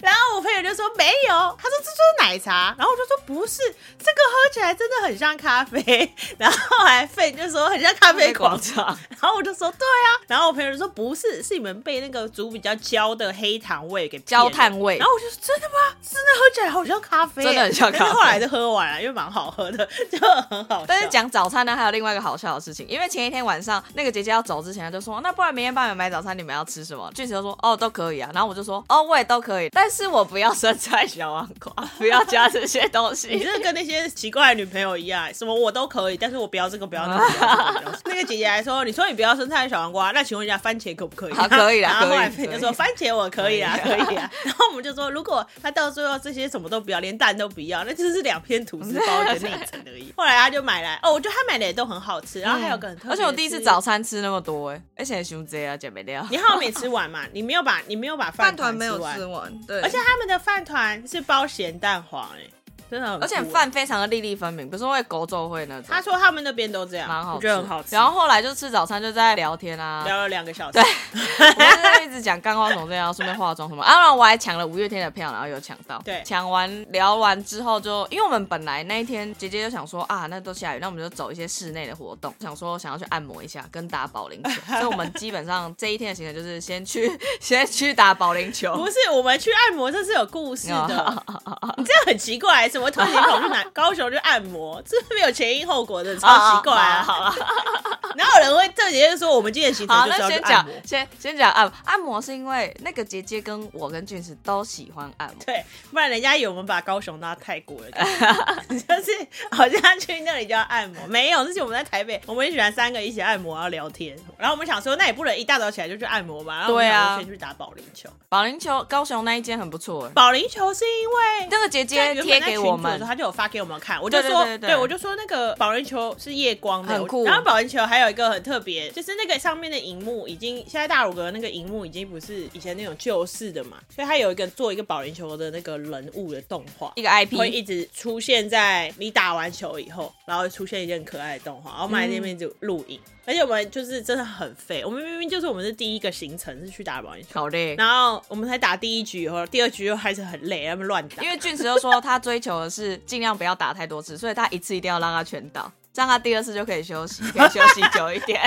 S2: 然后我朋友就说没有，他说这就是奶茶，然后我就说不是，这个喝起来真的很像咖啡。 然后后来费就说很像咖啡广场，
S1: 场，
S2: 然后我就说对啊，然后我朋友就说不是，是你们被那个煮比较焦的黑糖味给骗了
S1: 焦。炭味
S2: 然。后我就说真的吗？真的喝起来好像咖啡耶，
S1: 真的很像咖啡
S2: 但是后来就喝完了，因为蛮好喝的，就很好笑。
S1: 但是讲早餐呢，还有另外一个好笑的事情，因为前一天晚上那个姐姐要走之前，她就说，那不然明天帮你们买早餐，你们要吃什么？俊子就说，哦，都可以啊。然后我就说，哦，我也都可以，但是我不要生菜小黄瓜，不要加这些东
S2: 你
S1: 西。
S2: 真的跟那些奇怪的女朋友一样，什么我都可以，但是我不要这个，不要那个不要这个。不要那个姐姐还说，你说你不要生菜小黄瓜，那请问一下番茄可不可以？
S1: 好可以啦
S2: 然后后来
S1: 可以
S2: 菲就说
S1: 可以
S2: 番茄我可以啊，
S1: 可
S2: 可
S1: 以啊
S2: 以啊。然后我们就说，如果他到最后这些什么都不要，连蛋都不要，那就是两片吐司包的内层而已。后来他就买来，哦，我觉得他买的也都很好吃，然后还有个很特别
S1: 嗯
S2: 的
S1: 而
S2: 是、
S1: 且我第一次早餐吃那么多、欸，哎，而且熊姐啊，姐妹料，
S2: 你好像没吃完嘛？你没有把你没有把
S3: 饭
S2: 团
S3: 团没有
S2: 完
S3: 吃，完，对，
S2: 而且他们的饭团是包咸蛋黄、欸，真的很酷欸，
S1: 而且饭非常的粒粒分明，不是会狗皱会那种。
S2: 他说他们那边都这样，
S1: 蛮好
S2: 我
S1: 吃，
S2: 觉得很好吃。
S1: 然后后来就吃早餐，就在聊天啊，
S2: 聊了两个小时，
S1: 对， 我们 在一直讲干话什么这样，顺便化妆什么。啊，然后我还抢了五月天的票，然后有抢到。
S2: 对
S1: 抢完聊完之后就，因为我们本来那一天姐姐就想说啊，那都下雨，那我们就走一些室内的活动，想说想要去按摩一下跟打保龄球，所以我们基本上这一天的行程就是先去先去打保龄球。
S2: 不是我们去按摩，这是有故事的
S1: 哦。
S2: 你这样很奇怪，什么突然间跑去南高雄去按摩，这是没有前因后果的，超奇怪
S1: 啊好
S2: 啊！
S1: 啊好啊
S2: 哪有人会特别就说我们今天的行
S1: 好，
S2: 程就是
S1: 那
S2: 要去
S1: 先
S2: 按
S1: 讲
S2: 摩？
S1: 先先讲按摩按摩，是因为那个姐姐跟我跟俊石都喜欢按摩，
S2: 对，不然人家以为我们把高雄当泰国了， 就是好像去那里就要按摩，没有，之前我们在台北，我们很喜欢三个一起按摩，然后聊天，然后我们想说，那也不能一大早起来就去按摩吧，然后我们
S1: 对啊
S2: 想说先去打保龄球。
S1: 保龄球高雄那一间很不错欸，
S2: 保龄球是因为
S1: 那个姐姐贴给我们，
S2: 他就有发给我们看，我就说，
S1: 对对对对
S2: 我就说那个保龄球是夜光的，
S1: 很酷
S2: 我然后保龄球还有一个很特别，就是那个上面的荧幕已经现在大鲁阁那个荧幕已经不是以前那种旧式的嘛，所以它有一个做一个保龄球的那个人物的动画
S1: 一。个 IP，
S2: 会一直出现在你打完球以后，然后出现一件很可爱的动画，然后我们在那边就录影，
S1: 嗯
S2: 而且我们就是真的很废，我们明明就是我们是第一个行程是去打保龄球，
S1: 好嘞。
S2: 然后我们才打第一局以后，第二局又开始很累，他们乱打
S1: 因，为俊石就说他追求的是尽量不要打太多次，所以他一次一定要让他全倒，这样他第二次就可以休 息，可以休息久一点。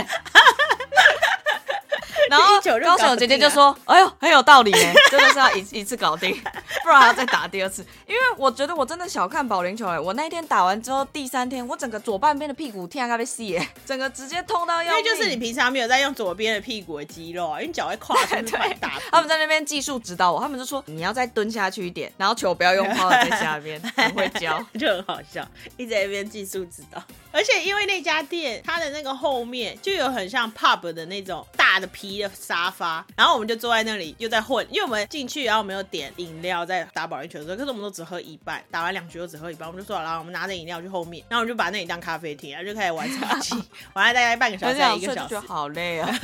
S1: 然后
S2: 一球就
S1: 高
S2: 搞
S1: 手
S2: 不
S1: 姐姐
S2: 定
S1: 就
S2: 啊
S1: 说：“哎呦，很有道理 耶，真的是要一一次搞定，不然还要再打第二次。”因为我觉得我真的小看保龄球哎，我那一天打完之后，第三天我整个左半边的屁股天啊，被吸耶，整个直接痛到
S2: 因
S1: 要
S2: 为
S1: 命。
S2: 就是你平常没有在用左边的屁股的肌肉啊，因为脚会跨出 去
S1: 对
S2: 打。
S1: 他们在那边技术指导我，他们就说你要再蹲下去一点，然后球不要 用抛在下面，很会教。
S2: 就很好笑，一直在那边技术指导。而且因为那家店它的那个后面就有很像 pub 的那种大的皮的沙发，然后我们就坐在那里又在混，因为我们进去然后我们有点饮料在打保龄球的时候，可是我们都只喝一半，打完两局又只喝一半，我们就说好了，我们拿着饮料去后面，然后我们就把那里当咖啡厅，然后就开始玩手 机，玩了大概半 个小
S1: 而
S2: 时
S1: 且我
S2: 还一个小时
S1: 就。好累啊。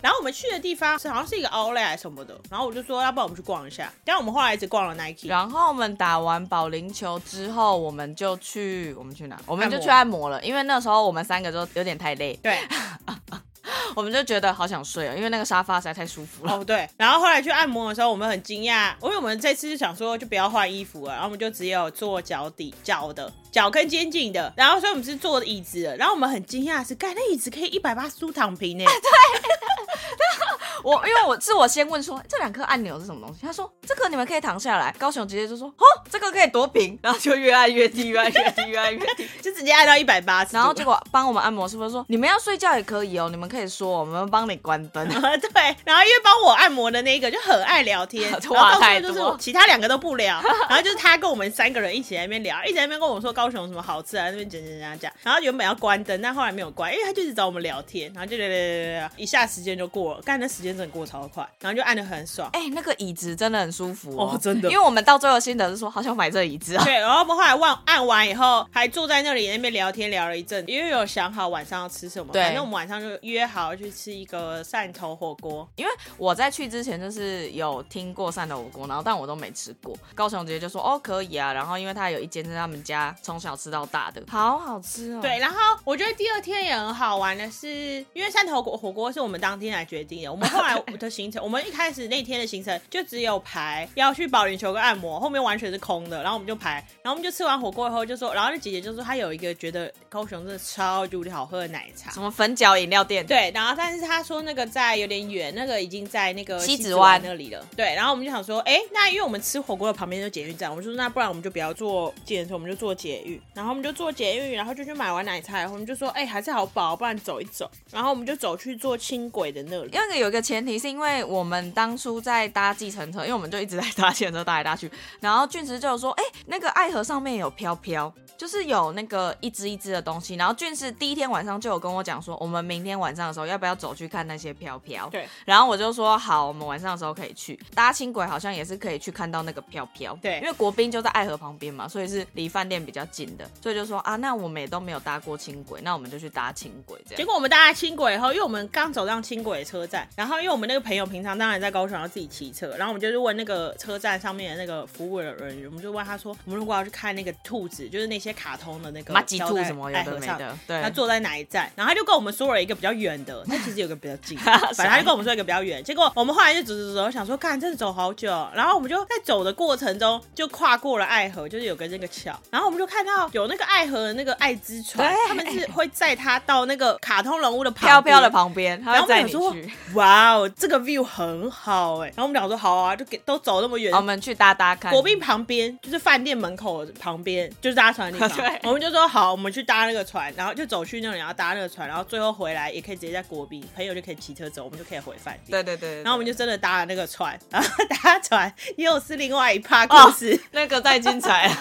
S2: 然后我们去的地方是好像是一个 Outlet 还是什么的，然后我就说要不然我们去逛一下，但我们后来一直逛了 Nike，
S1: 然后我们打完保龄球之后，我们就去我们去哪？我们
S2: 按摩
S1: 就去按摩了，因为那时候我们三个都有点太累，
S2: 对，
S1: 我们就觉得好想睡哦，因为那个沙发实在太舒服了。
S2: 哦对，然后后来去按摩的时候，我们很惊讶，因为我们这次就想说就不要换衣服了，然后我们就只有做脚底脚的脚跟肩颈的，然后所以我们是坐椅 子的，然后我们很惊讶的是，干那椅子可以一百八十度躺平呢，
S1: 我因为我是我先问说这两颗按钮是什么东西，他说这个你们可以躺下来。高雄直接就说哦，这个可以多平，然后就越按越低，越按越低，越按越低。
S2: 就直接按到一百八十，
S1: 然后结果帮我们按摩师傅说你们要睡觉也可以哦，你们可以说我们帮你关灯。
S2: 对，然后因为帮我按摩的那个就很爱 聊天，然后
S1: 话
S2: 到
S1: 太
S2: 处就
S1: 多
S2: 是其他两个都不聊， 然后就是他跟我们三个人一起在那边聊，一直在那边跟我们说高雄有什么好吃啊，那边讲讲讲讲，然后原本要关灯，但后来没有关，因为他就一直找我们聊天，然后就聊聊聊聊聊，一下时间就过了，干那时间真的过超快，然后就按的 很爽。
S1: 哎、那个椅子真的很舒服哦，
S2: 哦真的
S1: 因为我们到最后心得是说，好想买这椅子啊。
S2: 对，然后我们后来忘按完以后，还坐在那里那边聊天聊了一阵，因为有想好晚上要吃什么，
S1: 对
S2: 反正我们晚上就约好去吃一个汕头火锅，
S1: 因为我在去之前就是有听过汕头火锅，然后但我都没吃过。高雄直接就说哦可以啊，然后因为他有一间是他们家从小吃到大的，好好吃哦。
S2: 对，然后我觉得第二天也很好玩的是，因为汕头火火锅是我们当天来决定的。我们后来的行程，我们一开始那天的行程就只有排要去保龄球跟按摩，后面完全是空的。然后我们就排，然后我们就吃完火锅以后就说，然后那姐姐就说她有一个觉得高雄真的超级无敌好喝的奶茶
S1: 什。么粉饺饮料店，
S2: 对，然后但是她说那个在有点远，那个已经在那个
S1: 西子
S2: 子
S1: 湾
S2: 那里了。对，然后我们就想说，哎，那因为我们吃火锅的旁边就捷运站，我们就说那不然我们就不要坐计程车，我们就坐捷运。然后我们就坐捷运，然后就去买完奶茶，然后我们就说，哎，还是好饱，不然走一走。然后我们就走去坐轻轨的那里。
S1: 因为有一个前提是因为我们当初在搭计程车，因为我们就一直在搭计程车搭来搭去，然后俊石就有说，哎、那个爱河上面有飘飘，就是有那个一只一只的东西。然后俊石第一天晚上就有跟我讲说，我们明天晚上的时候要不要走去看那些飘飘？
S2: 对
S1: 然后我就说好，我们晚上的时候可以去搭轻轨，好像也是可以去看到那个飘飘。
S2: 对
S1: 因为国宾就在爱河旁边嘛，所以是离饭店比较近的，所以就说啊，那我们也都没有搭过轻轨，那我们就去搭轻轨这
S2: 结
S1: 样。
S2: 果我们搭轻轨以后，因为我们刚走上轻轨车站，然后因为我们那个朋友平常当然在高雄要自己骑车，然后我们就是问那个车站上面的那个服务的人员，我们就问他说，我们如果要去看那个兔子，就是那些卡通的那个
S1: 马吉
S2: 胶
S1: 兔
S2: 带
S1: 什么有
S2: 爱
S1: 的
S2: 河
S1: 没
S2: 上
S1: 的，对，
S2: 他坐在哪一站，然后他就跟我们说了一个比较远的，他其实有个比较 近，反正他就跟我们说一个比较远。结果我们后来就走走走，想说干，真的走好久。然后我们就在走的过程中就跨过了爱河，就是有个那个桥，然后我们就看到有那个爱河的那个爱之船
S1: 对，
S2: 他们是会载他到那个卡通人物的旁
S1: 飘飘的
S2: 边
S1: 旁边，他
S2: 然后
S1: 会
S2: 我
S1: 载
S2: 们想
S1: 你
S2: 说
S1: 去。，
S2: 哇哦，这个 view 很好哎、然后我们想说，好啊，就给都走那么远
S1: 好，我们去搭搭看。
S2: 国宾旁边就是饭店门口旁边，就是搭船的地
S1: 对
S2: 方。我们就说好，我们去搭那个船，然后就走去那里，然后搭那个船，然后最后回来也可以直接在国宾，朋友就可以骑车走，我们就可以回饭店。
S1: 对对对，对
S2: 然后我们
S1: 对
S2: 就真的搭了那个船，然后 搭船又是另外一趴故事。
S1: 那个太精彩了。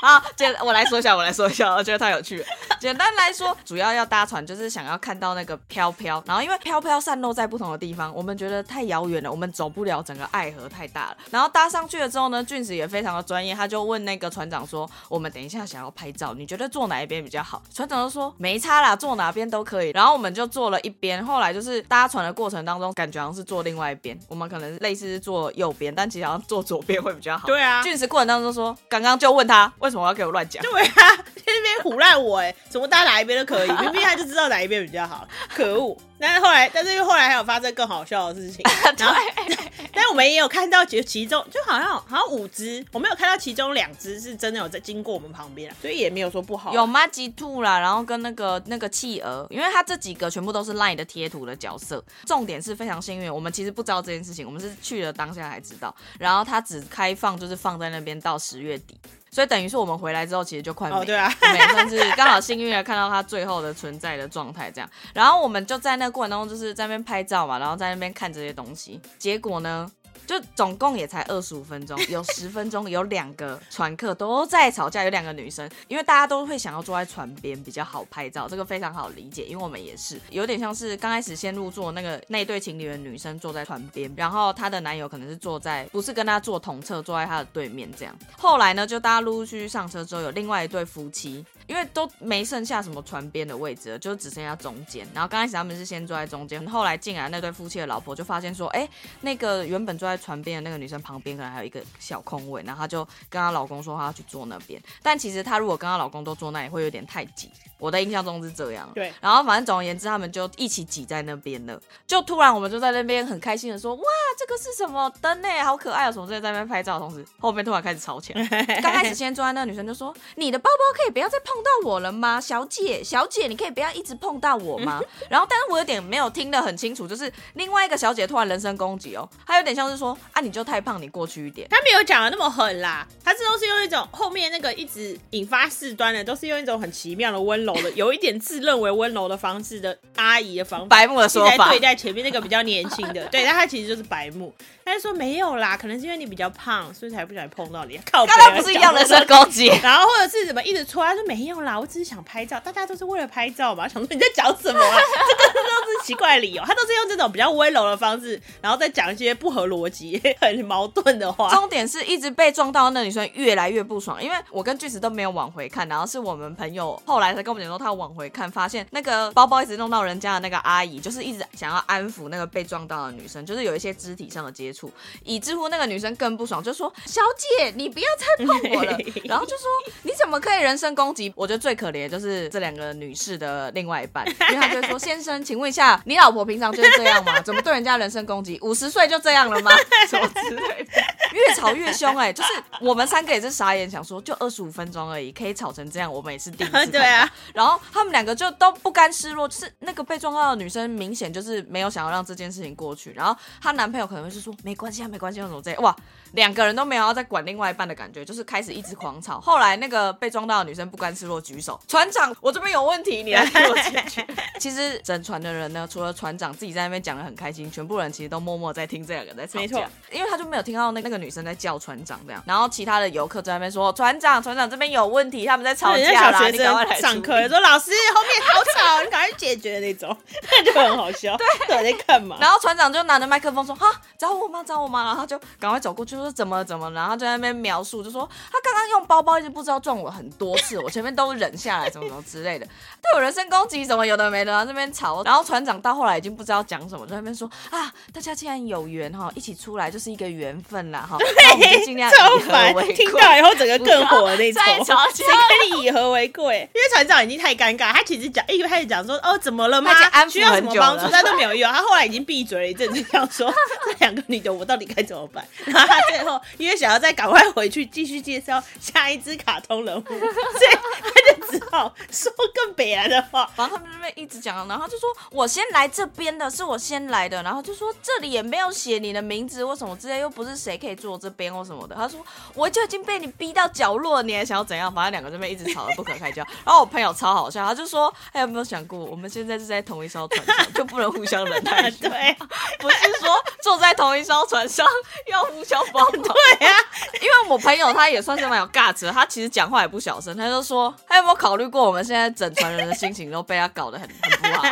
S1: 好，简我来说一下，我来说一下，我觉得太有趣了。简单来说，主要要搭船就是想要看到那个飘飘，然后因为飘飘散落在不同的地方，我们觉得太遥远了，我们走不了整个爱河太大了。然后搭上去了之后呢，俊子也非常的专业，他就问那个船长说：“我们等一下想要拍照，你觉得坐哪一边比较好？”船长就说：“没差啦，坐哪边都可以。”然后我们就坐了一边，后来就是搭船的过程当中，感觉好像是坐另外一边，我们可能类似是坐右边，但其实好像坐左边会比较好。
S2: 对啊，
S1: 俊石过程当中说，刚刚就问他为什么要给我乱讲，
S2: 对啊，在那边胡乱我哎、怎么搭哪一边都可以，明明他就知道哪一边比较好，可恶！但是后来，但是后来还有发生更好笑的事情，然后， 但我们也有看到其其中就好像好像五只，我们有看到其中两只是真的有在经过我们旁边啊，所以也没有说不好。
S1: 有马吉兔啦，然后跟那个那个企鹅，因为他这几个全部都是 LINE 的贴图的角色。重点是非常幸运，我们其实不知道这件事情，我们是去了当下才知道。然后他只开放就是放在那边到十月底，所以等于是我们回来之后其实就快没了。
S2: 哦，对啊，
S1: 我们也算是刚好幸运的看到它最后的存在的状态这样。然后我们就在那过程当中，就是在那边拍照嘛，然后在那边看这些东西。结果呢，就总共也才二十五分钟，有十分钟有两个船客都在吵架，有两个女生，因为大家都会想要坐在船边比较好拍照，这个非常好理解，因为我们也是有点像是刚开始先入座那个那一对情侣的女生坐在船边，然后她的男友可能是坐在不是跟她坐同侧，坐在她的对面这样。后来呢，就大家陆陆续续上车之后，有另外一对夫妻，因为都没剩下什么船边的位置了，就只剩下中间。然后刚开始他们是先坐在中间，后来进来那对夫妻的老婆就发现说，哎、那个原本坐在船边的那个女生旁边可能还有一个小空位，然后她就跟她老公说她要去坐那边，但其实她如果跟她老公都坐那也会有点太挤，我的印象中是这样。
S2: 对
S1: 然后反正总而言之，他们就一起挤在那边了。就突然我们就在那边很开心的说，哇，这个是什么灯呢、好可爱啊、什么之类，在那边拍照的同时，后面突然开始吵起来。刚开始先坐在那个女生就说，你的包包可以不要再碰碰到我了吗？小姐，小姐，你可以不要一直碰到我吗？ 然后，但是我有点没有听得很清楚，就是另外一个小姐突然人身攻击哦，她有点像是说啊，你就太胖，你过去一点。
S2: 他没有讲的那么狠啦，他这都是用一种后面那个一直引发事端的，都是用一种很奇妙的温柔的，有一点自认为温柔的方式的阿姨的方法，
S1: 白目的说
S2: 一直在
S1: 法
S2: 对，待前面那个比较年轻 的，对，但他其实就是白目，他就说没有啦，可能是因为你比较胖，所以才不小心碰到你。 靠北啊，
S1: 刚刚不是一样人身攻击？
S2: 然后或者是怎么一直戳，他说没有啦，我只是想拍照，大家都是为了拍照嘛。想 说你在讲什 么啊？这个都是奇怪的理由，他都是用这种比较温柔的方式，然后再讲一些不合逻辑、 很矛盾的话。
S1: 重点是一直被撞到的那女生越来越不爽，因为我跟巨石都没有往回看，然后是我们朋友后来才跟我们讲说，他往回看发现那个包包一直弄到人家的那个阿姨，就是一直想要安抚那个被撞到的女生，就是有一些肢体上的接触，以至乎那个女生更不爽，就说：“小姐，你不要再碰我了。”然后就说：“你怎么可以人身攻击？”我觉得最可怜的就是这两个女士的另外一半，因为她就会说：“先生，请问一下，你老婆平常就是这样吗？怎么对人家人身攻击？五十岁就这样了吗？什么之类的。”越吵越凶哎、就是我们三个也是傻眼，想说就二十五分钟而已，可以吵成这样，我们也是第一次看到
S2: 对啊，
S1: 然后他们两个就都不甘示弱，就是那个被撞到的女生明显就是没有想要让这件事情过去，然后她男朋友可能会是说没关系啊，没关系啊，怎么这样？哇，两个人都没有要再管另外一半的感觉，就是开始一直狂吵。后来那个被撞到的女生不甘示弱，举手，船长，我这边有问题，你来给我解 决。其实整船的人呢，除了船长自己在那边讲的很开心，全部人其实都默默在听这两个在吵
S2: 没
S1: 架
S2: 错。
S1: 因为他就没有听到那那个女生在叫船长这样，然后其他的游客在那边说船长，船长这边有问题，他们在 吵
S2: 人家
S1: 架
S2: 小
S1: 啦，
S2: 学
S1: 你赶快来
S2: 生
S1: 处
S2: 上
S1: 理
S2: 课说老师后面好吵，你赶快去解决那种， 那就很 好笑。对，到底在干嘛？
S1: 然后船长就拿着麦克风说：“哈，找我吗？找我吗？”然后就赶快走过去说：“怎么了怎么了？”然后就在那边描述，就说他刚刚用包包一直不知道撞我很多次，我前面都忍下来，怎么怎么之类的， 对我人身攻击，什么有的没的，然后这边吵。然后船长到后来已经不知道讲什么，就在那边说：“啊，大家既然有缘哈，一起出来就是一个缘分啦哈，那我们就尽量
S2: 超
S1: 以和
S2: 烦，
S1: 为
S2: 听
S1: 贵。
S2: 到以后整个更火的那 种
S1: 再。吵架
S2: 谁跟你以和为贵？因为船长已经太尴尬，他其实讲，因为他也讲说，哦，怎么了吗
S1: 他已经安？抚
S2: 需要什么
S1: 很久
S2: 帮助
S1: 了？
S2: 他都没有用。他后来已经闭嘴了一阵子， 想说这两个女的我到底该怎么办？然后他最后因为想要再赶快回去继续介绍下一只卡通人物，所以他就只好说更北来的话。
S1: 反正他们那边一直讲，然后就说我先来这边的，是我先来的，然后就说这里也没有写你的名字或什么之类，又不是谁可以坐这边或什么的。他说我就已经被你逼到角落了，你还想要怎样？反正两个这边一直吵得不可开交。然后我朋友超好笑，他就说还有没有想过，我们现在是在同一艘船上，就不能互相忍耐一下？
S2: 对
S1: 不是说坐在同一艘船上要互相帮 忙。
S2: 对啊，
S1: 因为我朋友他也算是蛮有尬值的，他其实讲话也不小声，他就说他有没有考虑过我们现在整船人的心情都被他搞得很很不好，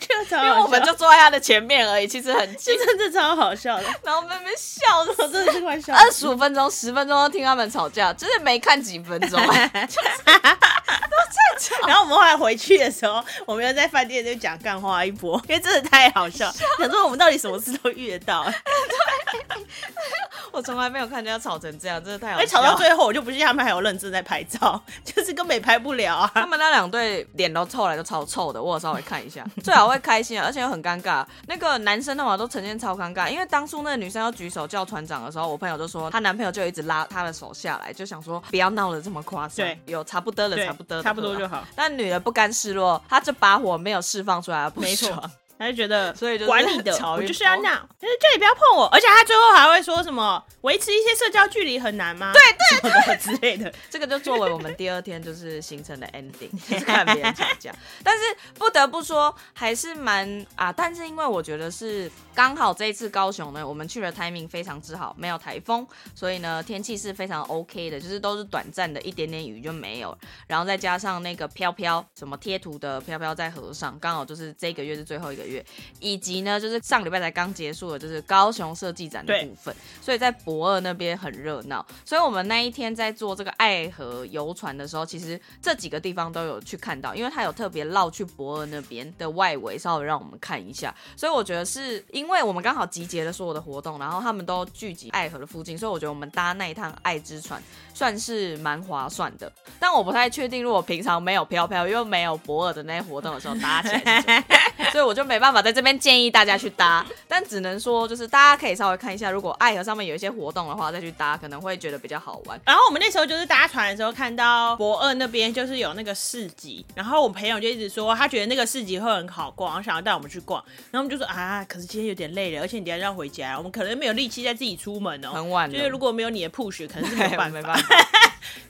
S2: 就超好笑
S1: 因为我们就坐在他的前面而已，其实很近
S2: 这，真的超好笑的，
S1: 然后我们被笑死。
S2: 我真的是快笑死。
S1: 二十五分钟、十分钟都听他们吵架，真的没看几分钟。
S2: 然后我们后来回去的时候，我们又在饭店就讲干话一波，因为真的太好笑。想说我们到底什么事都遇得 到，啊
S1: 我从来没有看人家吵成这样，真的太好
S2: 而且
S1: 笑
S2: 吵到
S1: 了。
S2: 最后，我就不信他们还有认真在拍照， 就是根本也拍不了啊。
S1: 他们那两对脸都臭来都超臭的，我有稍微看一下， 最好会开心啊，而且又很尴尬。那个男生的嘛都呈现超尴尬，因为当初那个女生要举手叫船长的时候，我朋友就说她男朋友就一直拉她的手下来，就想说不要闹得这么夸张
S2: 对，
S1: 有差不多了，
S2: 对
S1: 差不多了，
S2: 差不多就好。
S1: 但女的不甘示弱，她这把火没有释放出来，不
S2: 没错
S1: 爽。
S2: 他就觉 得，
S1: 所以就是
S2: 管你的，
S1: 吵
S2: 我
S1: 一
S2: 就是要
S1: 波
S2: 闹，就是叫你不要碰我。而且他最后还会说什么维持一些社交距离很难吗？对对对之类的。
S1: 这个就作为我们第二天就是形成的 ending，就是看别人吵架。但是不得不说，还是蛮啊，但是因为我觉得是刚好这一次高雄呢，我们去的 timing 非常之好，没有台风，所以呢天气是非常 OK 的，就是都是短暂的一点点雨就没有了，然后再加上那个飘飘什么贴图的飘飘在河上，刚好就是这个月是最后一个月，以及呢就是上礼拜才刚结束的，就是高雄设计展的
S2: 对
S1: 部分。所以在博二那边很热闹。所以我们那一天在做这个爱河游船的时候，其实这几个地方都有去看到，因为它有特别绕去博二那边的外围，稍微让我们看一下。所以我觉得是因为我们刚好集结了所有的活动，然后他们都聚集爱河的附近，所以我觉得我们搭那一趟爱之船算是蛮划算的。 但我不太确定，如果平常没有飘飘又没有博尔的那些活动的时候搭起来是什么样，所以我就没没办法在这边建议大家去搭，但只能说就是大家可以稍微看一下，如果爱河上面有一些活动的话，再去搭可能会觉得比较好玩。
S2: 然后我们那时候就是搭船的时候，看到博二那边就是有那个市集，然后我朋友就一直说他觉得那个市集会很好逛，想要带我们去逛。然后我们就说啊，可是今天有点累了，而且你等一下要回家，我们可能没有力气再自己出门哦。
S1: 很晚了
S2: 就是如果没有你的 push，可能是没有办
S1: 没
S2: 法。
S1: 办法，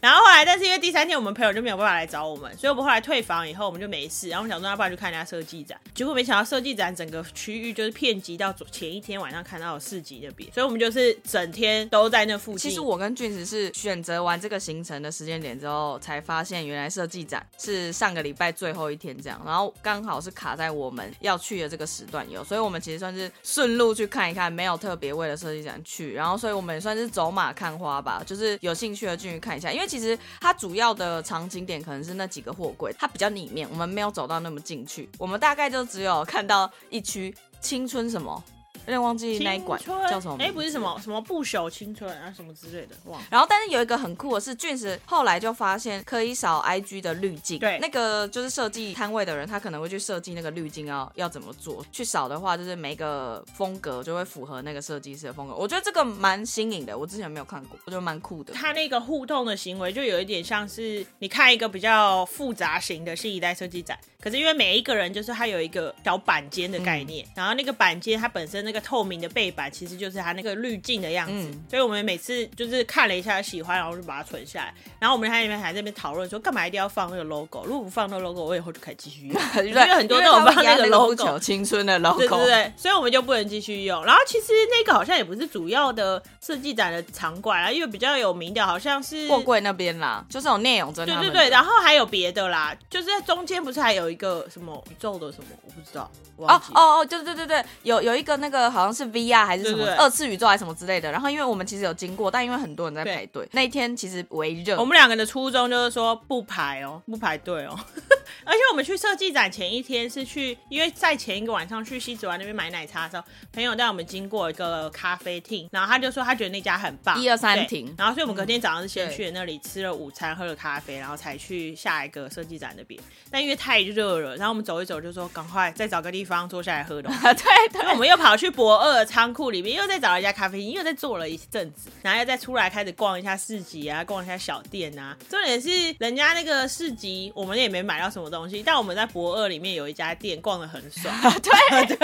S2: 然后后来，但是因为第三天我们朋友就没有办法来找我们，所以我们后来退房以后，我们就没事。然后我们想说，要不然去看人家设计展。结果没想到设计展整个区域就是遍及到昨前一天晚上看到的市集那边，所以我们就是整天都在那附近。
S1: 其实我跟俊子是选择完这个行程的时间点之后，才发现原来设计展是上个礼拜最后一天这样，然后刚好是卡在我们要去的这个时段有，所以我们其实算是顺路去看一看，没有特别为了设计展去，然后所以我们也算是走马看花吧，就是有兴趣的进去看一下，因为其实它主要的场景点可能是那几个货柜，它比较里面，我们没有走到那么进去，我们大概就只有看到一区青春什么。有点忘记那一馆
S2: 青春
S1: 叫什么名字？
S2: 哎，不是什么什么不朽青春啊，什么之类的，忘了。
S1: 然后，但是有一个很酷的是，俊石后来就发现可以扫 IG 的滤镜。
S2: 对
S1: 那个就是设计摊位的人，他可能会去设计那个滤镜要要怎么做。去扫的话，就是每个风格就会符合那个设计师的风格。我觉得这个蛮新颖的，我之前没有看过，我觉得蛮酷的。
S2: 他那个互动的行为，就有一点像是你看一个比较复杂型的新一代设计展，可是因为每一个人就是他有一个小板间的
S1: 嗯
S2: 概念，然后那个板间它本身那个透明的背板其实就是它那个滤镜的样子，
S1: 嗯
S2: 所以我们每次就是看了一下喜欢，然后就把它存下来，然后我们还在那边还在那边讨论说干嘛一定要放那个 logo，如果不放那个 logo，我以后就可以 继续用，因为很多
S1: 因
S2: 都有
S1: 他们
S2: 放那
S1: 压
S2: 个
S1: 那
S2: logo，
S1: 不朽青春的
S2: 对
S1: logo，
S2: 对对，所以我们就不能继续用。然后其实那个好像也不是主要的设计展的场馆啊，因为比较有名的好像是
S1: 货柜那边啦，就是有聂永真
S2: 对
S1: 他们
S2: 对
S1: 的
S2: 对，然后还有别的啦，就是中间不是还有一个什么宇宙的什么，我不知道，我忘
S1: 哦
S2: 记了。
S1: 哦哦，对对对对，有有一个那个好像是 VR 还是什么
S2: 对对对
S1: 二次宇宙还是什么之类的。然后因为我们其实有经过，但因为很多人在排队，那一天其实为热。
S2: 我们两个的初衷就是说不排哦，不排队哦。 而且我们去设计展前一天是去，因为在前一个晚上去西子湾那边买奶茶的时候，朋友带我们经过一个咖啡厅，然后他就说他觉得那家很棒，
S1: 一二三
S2: 对
S1: 亭
S2: 然后所以我们隔天早上是先
S1: 对
S2: 去那里吃了午餐，喝了咖啡，然后才去下一个设计展那边。但因为太热了，然后我们走一走就说赶快再找个地方坐下来喝东西。
S1: 对对
S2: 所以我们又跑去博二仓库里面，又再找了一家咖啡厅，又再坐了一阵子，然后又再出来开始逛一下市集啊，逛一下小店啊。重点是人家那个市集，我们也没买到什么东西，但我们在博二里面有一家店逛的很 爽，
S1: 对对，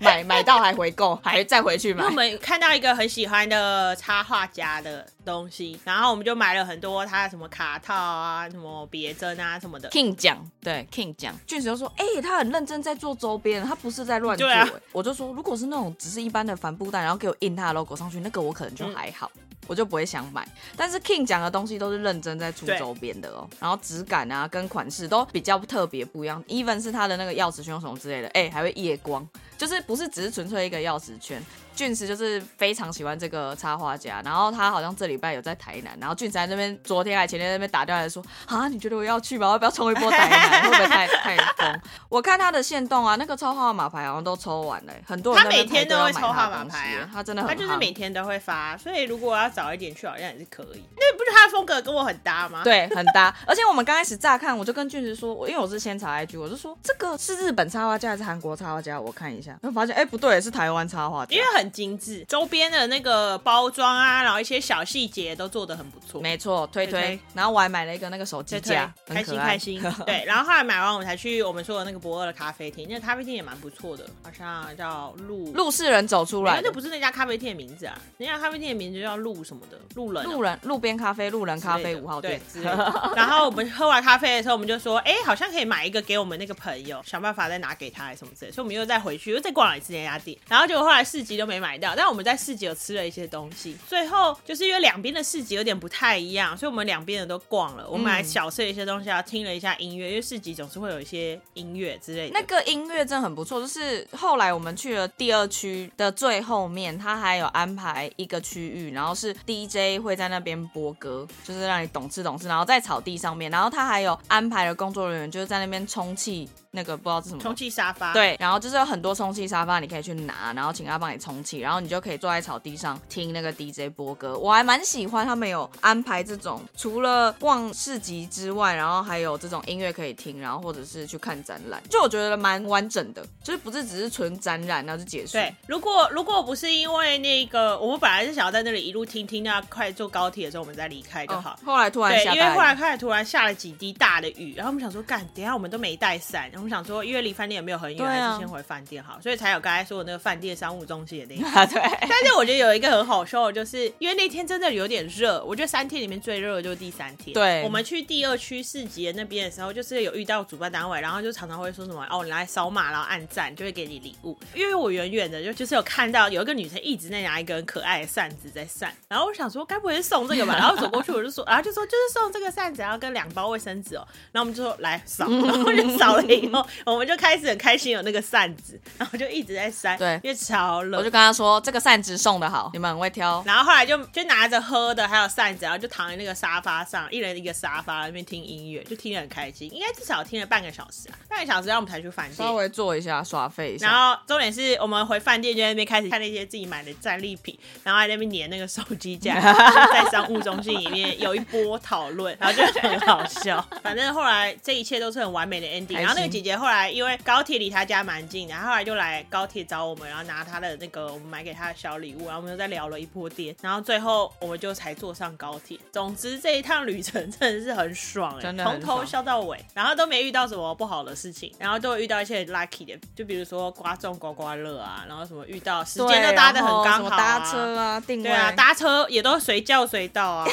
S1: 买买到还回购，还再回去
S2: 因
S1: 买
S2: 为我。们看到一个很喜欢的插画家的东西，然后我们就买了很多他的什么卡套啊、什么别针啊什么的。
S1: King 奖，对 King 奖，俊石就说：“哎、他很认真在做周边，他不是在乱做、
S2: 对啊
S1: 欸我就说：“如果是那种只是一般的帆布袋，然后给我印他的 logo 上去，那个我可能就还好，
S2: 嗯
S1: 我就不会想买。但是 King 奖的东西都是认真在出
S2: 对
S1: 周边的哦，然后质感啊跟款式都比较特别不一样，even 是他的那个钥匙圈什么之类的，哎、还会夜光，就是不是只是纯粹一个钥匙圈。”俊石就是非常喜欢这个插画家，然后他好像这礼拜有在台南，然后俊石在那边昨天还前天在那边打电话来说啊，你觉得我要去吗？我要不要冲一波台南？会不会太太疯？我看他的线动啊，那个抽号码牌好像都抽完了、很多人
S2: 他
S1: 在那边
S2: 每天
S1: 排队要
S2: 都会抽
S1: 买他的
S2: 号码
S1: 东西
S2: 牌啊
S1: 他真的很
S2: 他就是
S1: 夯
S2: 每天都会发，所以如果要早一点去，好像也是可以。那不是他的风格跟我很搭吗？
S1: 对，很搭。而且我们刚开始乍看，我就跟俊子说，我因为我是先查 IG，我就说这个是日本插画家还是韩国插画家？我看一下，然后发 现哎、不对，是台湾插画家
S2: 因。为很精致，周边的那个包装啊，然后一些小细节都做得很不错。
S1: 没错，推推。
S2: 推推
S1: 然后我还买了一个那个手机
S2: 对对
S1: 架，，
S2: 开
S1: 很
S2: 心
S1: 可
S2: 开
S1: 爱。
S2: 心。对，然后后来买完，我们才去我们说的那个博二的咖啡厅，那个咖啡厅也蛮不错的，好像叫鹿
S1: 路是人走出来
S2: 那
S1: 的
S2: 就，不是那家咖啡店的名字啊，那家咖啡店的名字叫鹿什么的，鹿人啊、
S1: 路人路边咖啡，路人咖
S2: 之类
S1: 啡
S2: 的
S1: 五号店
S2: 对。之类的 然后我们喝完咖啡的时候，我们就说，哎、好像可以买一个给我们那个朋友，想办法再拿给他什么之类的。所以我们又再回去，又再逛了一次那家店。然后结果后来市集都没买到，但我们在市集有吃了一些东西。最后就是因为两边的市集有点不太一样，所以我们两边的都逛
S1: 嗯
S2: 了。我们还小吃了一些东西，然后听了一下音乐，因为市集总是会有一些音乐之类的。
S1: 那个音乐真的很不错，就是后来我们去了第二区的最后面，它还有安排一个区域，然后是 DJ 会在那边播歌，就是让你懂吃懂吃，然后在草地上面，然后它还有安排了工作人员就是在那边充气那个不知道是什么
S2: 充气沙发，，
S1: 对，然后就是有很多充气沙发，你可以去拿，然后请他帮你充气，然后你就可以坐在草地上听那个 DJ 播歌。我还蛮喜欢他们有安排这种，除了逛市集之外，然后还有这种音乐可以听，然后或者是去看展览，就我觉得蛮完整的，就是不是只是纯展览然后就结束。
S2: 对，如果如果不是因为那个，我们本来是想要在那里一路听听到快坐高铁的时候我们再离开就
S1: 哦
S2: 好。，
S1: 后来突然
S2: 对，
S1: 下
S2: 因为
S1: 大
S2: 后
S1: 雨
S2: 来开始突然下了几滴大的雨，然后我们想说，干，等一下我们都没带伞，然后我们想说，因为离饭店也没有很远，
S1: 对啊
S2: 还是先回饭店好，所以才有刚才说的那个饭店商务中心的那个。
S1: 啊，对，
S2: 但是我觉得有一个很好笑的，就是因为那天真的有点热，我觉得三天里面最热的就是第三天。
S1: 对
S2: 我们去第二区市集的那边的时候，就是有遇到主办单位，然后就常常会说什么哦，你来扫码，然后按赞就会给你礼物。因为我远远的就就是有看到有一个女生一直在拿一个很可爱的扇子在扇，然后我想说该不会是送这个 吧？然后走过去我就说，然后就说就是送这个扇子，然后跟两包卫生纸哦。然后我们就说来 扫，然后就扫了以后，我们就开始很开心有那个扇子，然后就一直在扇，
S1: 对
S2: 因为超冷
S1: 我就。跟他说这个扇子送的好，你们很会挑。
S2: 然后后来就就拿着喝的，还有扇子，然后就躺在那个沙发上，一人一个沙发那边听音乐，就听得很开心。应该至少听了半个小时啊，半个小时，然后我们才去饭
S1: 稍
S2: 店。
S1: 微做一下耍废一
S2: 然
S1: 下，
S2: 后重点是我们回饭店就在那边开始看那些自己买的战利品，然后还在那边粘那个手 机架，就是在商务中心里面有一波讨论，然后就很好 笑。反正后来这一切都是很完美的 ending。
S1: 开心
S2: 然后那个姐姐后来因为高铁离她家蛮近，然后后来就来高铁找我们，然后拿她的那个我们买给她的小礼物，然后我们又再聊了一波天，然后最后我们就才坐上高铁。总之这一趟旅程真的是很爽哎、
S1: 真的很
S2: 从头
S1: 爽
S2: 笑到尾，然后都没遇到什么不好的事情，然后都有遇到一些很 lucky 的，就比如说刮中刮刮乐啊，然后什么遇到时间都搭的很
S1: 对然
S2: 刚
S1: 后
S2: 好、
S1: 什么
S2: 啊，
S1: 搭车啊，定位
S2: 对啊，搭车也都随叫随到啊，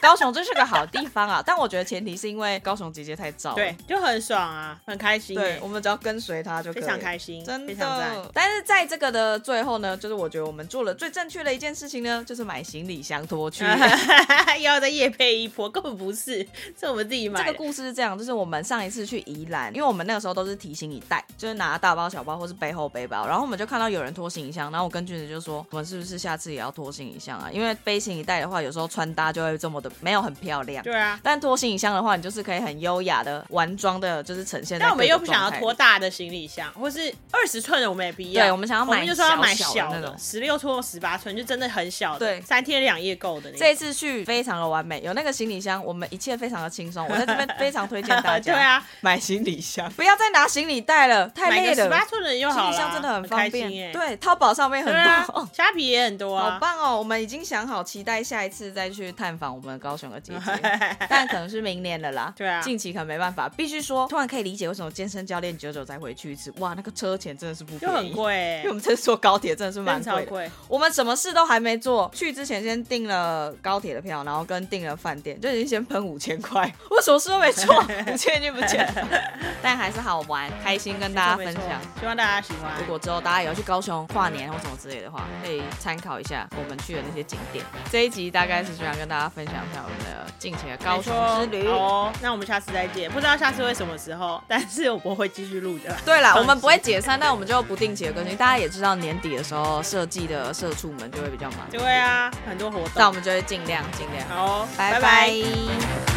S1: 高雄真是个好地方啊，但 我觉得前提是因为高雄姐姐太燥了。
S2: 对，就很爽啊，很开心、
S1: 对，
S2: 欸
S1: 我，们只要跟随她就可以
S2: 非
S1: 了
S2: 常开心，
S1: 真
S2: 非常赞。
S1: 的。但是在这个的最后呢，就是我觉得我们做了最正确的一件事情呢，就是买行李箱拖 去。
S2: 又要再夜配一波，根本不是，是我们自己买
S1: 这
S2: 的。
S1: 个故事是这样，就是我们上一次去宜兰，因为我们那个时候都是提行李袋，就是拿大包小包或是背后背包，然后我们就看到有人拖行李箱，然后我跟君子就说，我们是不是下次也要拖行李箱啊？因为背行李袋的话，有时候穿搭就会这么的没有很漂亮。
S2: 对啊，
S1: 但拖行李箱的话，你就是可以很优雅的完妆的，就是呈现在各个状态里。
S2: 但我们又不想要拖大的行李箱，或是二十寸的我们也不要。
S1: 对我们想要买
S2: 我们就说要买
S1: 小小的那
S2: 的
S1: 种，
S2: 十六寸或十八寸，就真的很小的，
S1: 对
S2: 三天两夜够的那种。
S1: 这一次去非常的完美，有那个行李箱，我们一切非常的轻松。我在这边非常推荐大家，
S2: 对啊，
S1: 买行李箱，不要再拿行李袋了，太
S2: 买
S1: 累
S2: 个十
S1: 了。
S2: 八寸的就好
S1: 行
S2: 了，
S1: 李箱真的很方
S2: 开心耶
S1: 便，。对，淘宝上面很
S2: 对
S1: 多。
S2: 啊
S1: 哦，
S2: 虾皮也很多
S1: 好
S2: 啊。
S1: 棒哦！我们已经想好，期待下一次再去探访我们高雄的姐 姐，但可能是明年了啦。
S2: 对啊
S1: 近期可能没办法。必须说，突然可以理解为什么健身教练久久才回去一次。哇，那个车钱真的是不便宜，
S2: 就很贵欸
S1: 因为我，们这次坐高铁真的是蛮
S2: 真的超
S1: 贵的。
S2: 贵。
S1: 我们什么事都还没做，去之前先订了高铁的票，然后跟订了饭店，就已经先喷五千块， 我什么事都没 做，五千就不见了， 但还是好玩，开心跟大家分
S2: 没错
S1: 享。
S2: 没错希望大家喜欢
S1: 如。果之后大家有去高雄跨年或什么之类的话，可以参考一下我们去的那些景点。这一集大概是这样跟大家分享一下我们的近期的高雄之
S2: 没
S1: 旅
S2: 错。好哦，那我们下次再见。不知道下次会什么时候，但是我们会继续录的啦。
S1: 对啦，我们不会解散，但我们就不定期的更新。大家也知道，年底的时候设计的社畜们就会比较忙，
S2: 对啊，很多活
S1: 但
S2: 动
S1: 我。们就会尽量尽量。
S2: 好哦，
S1: 拜
S2: 拜
S1: 拜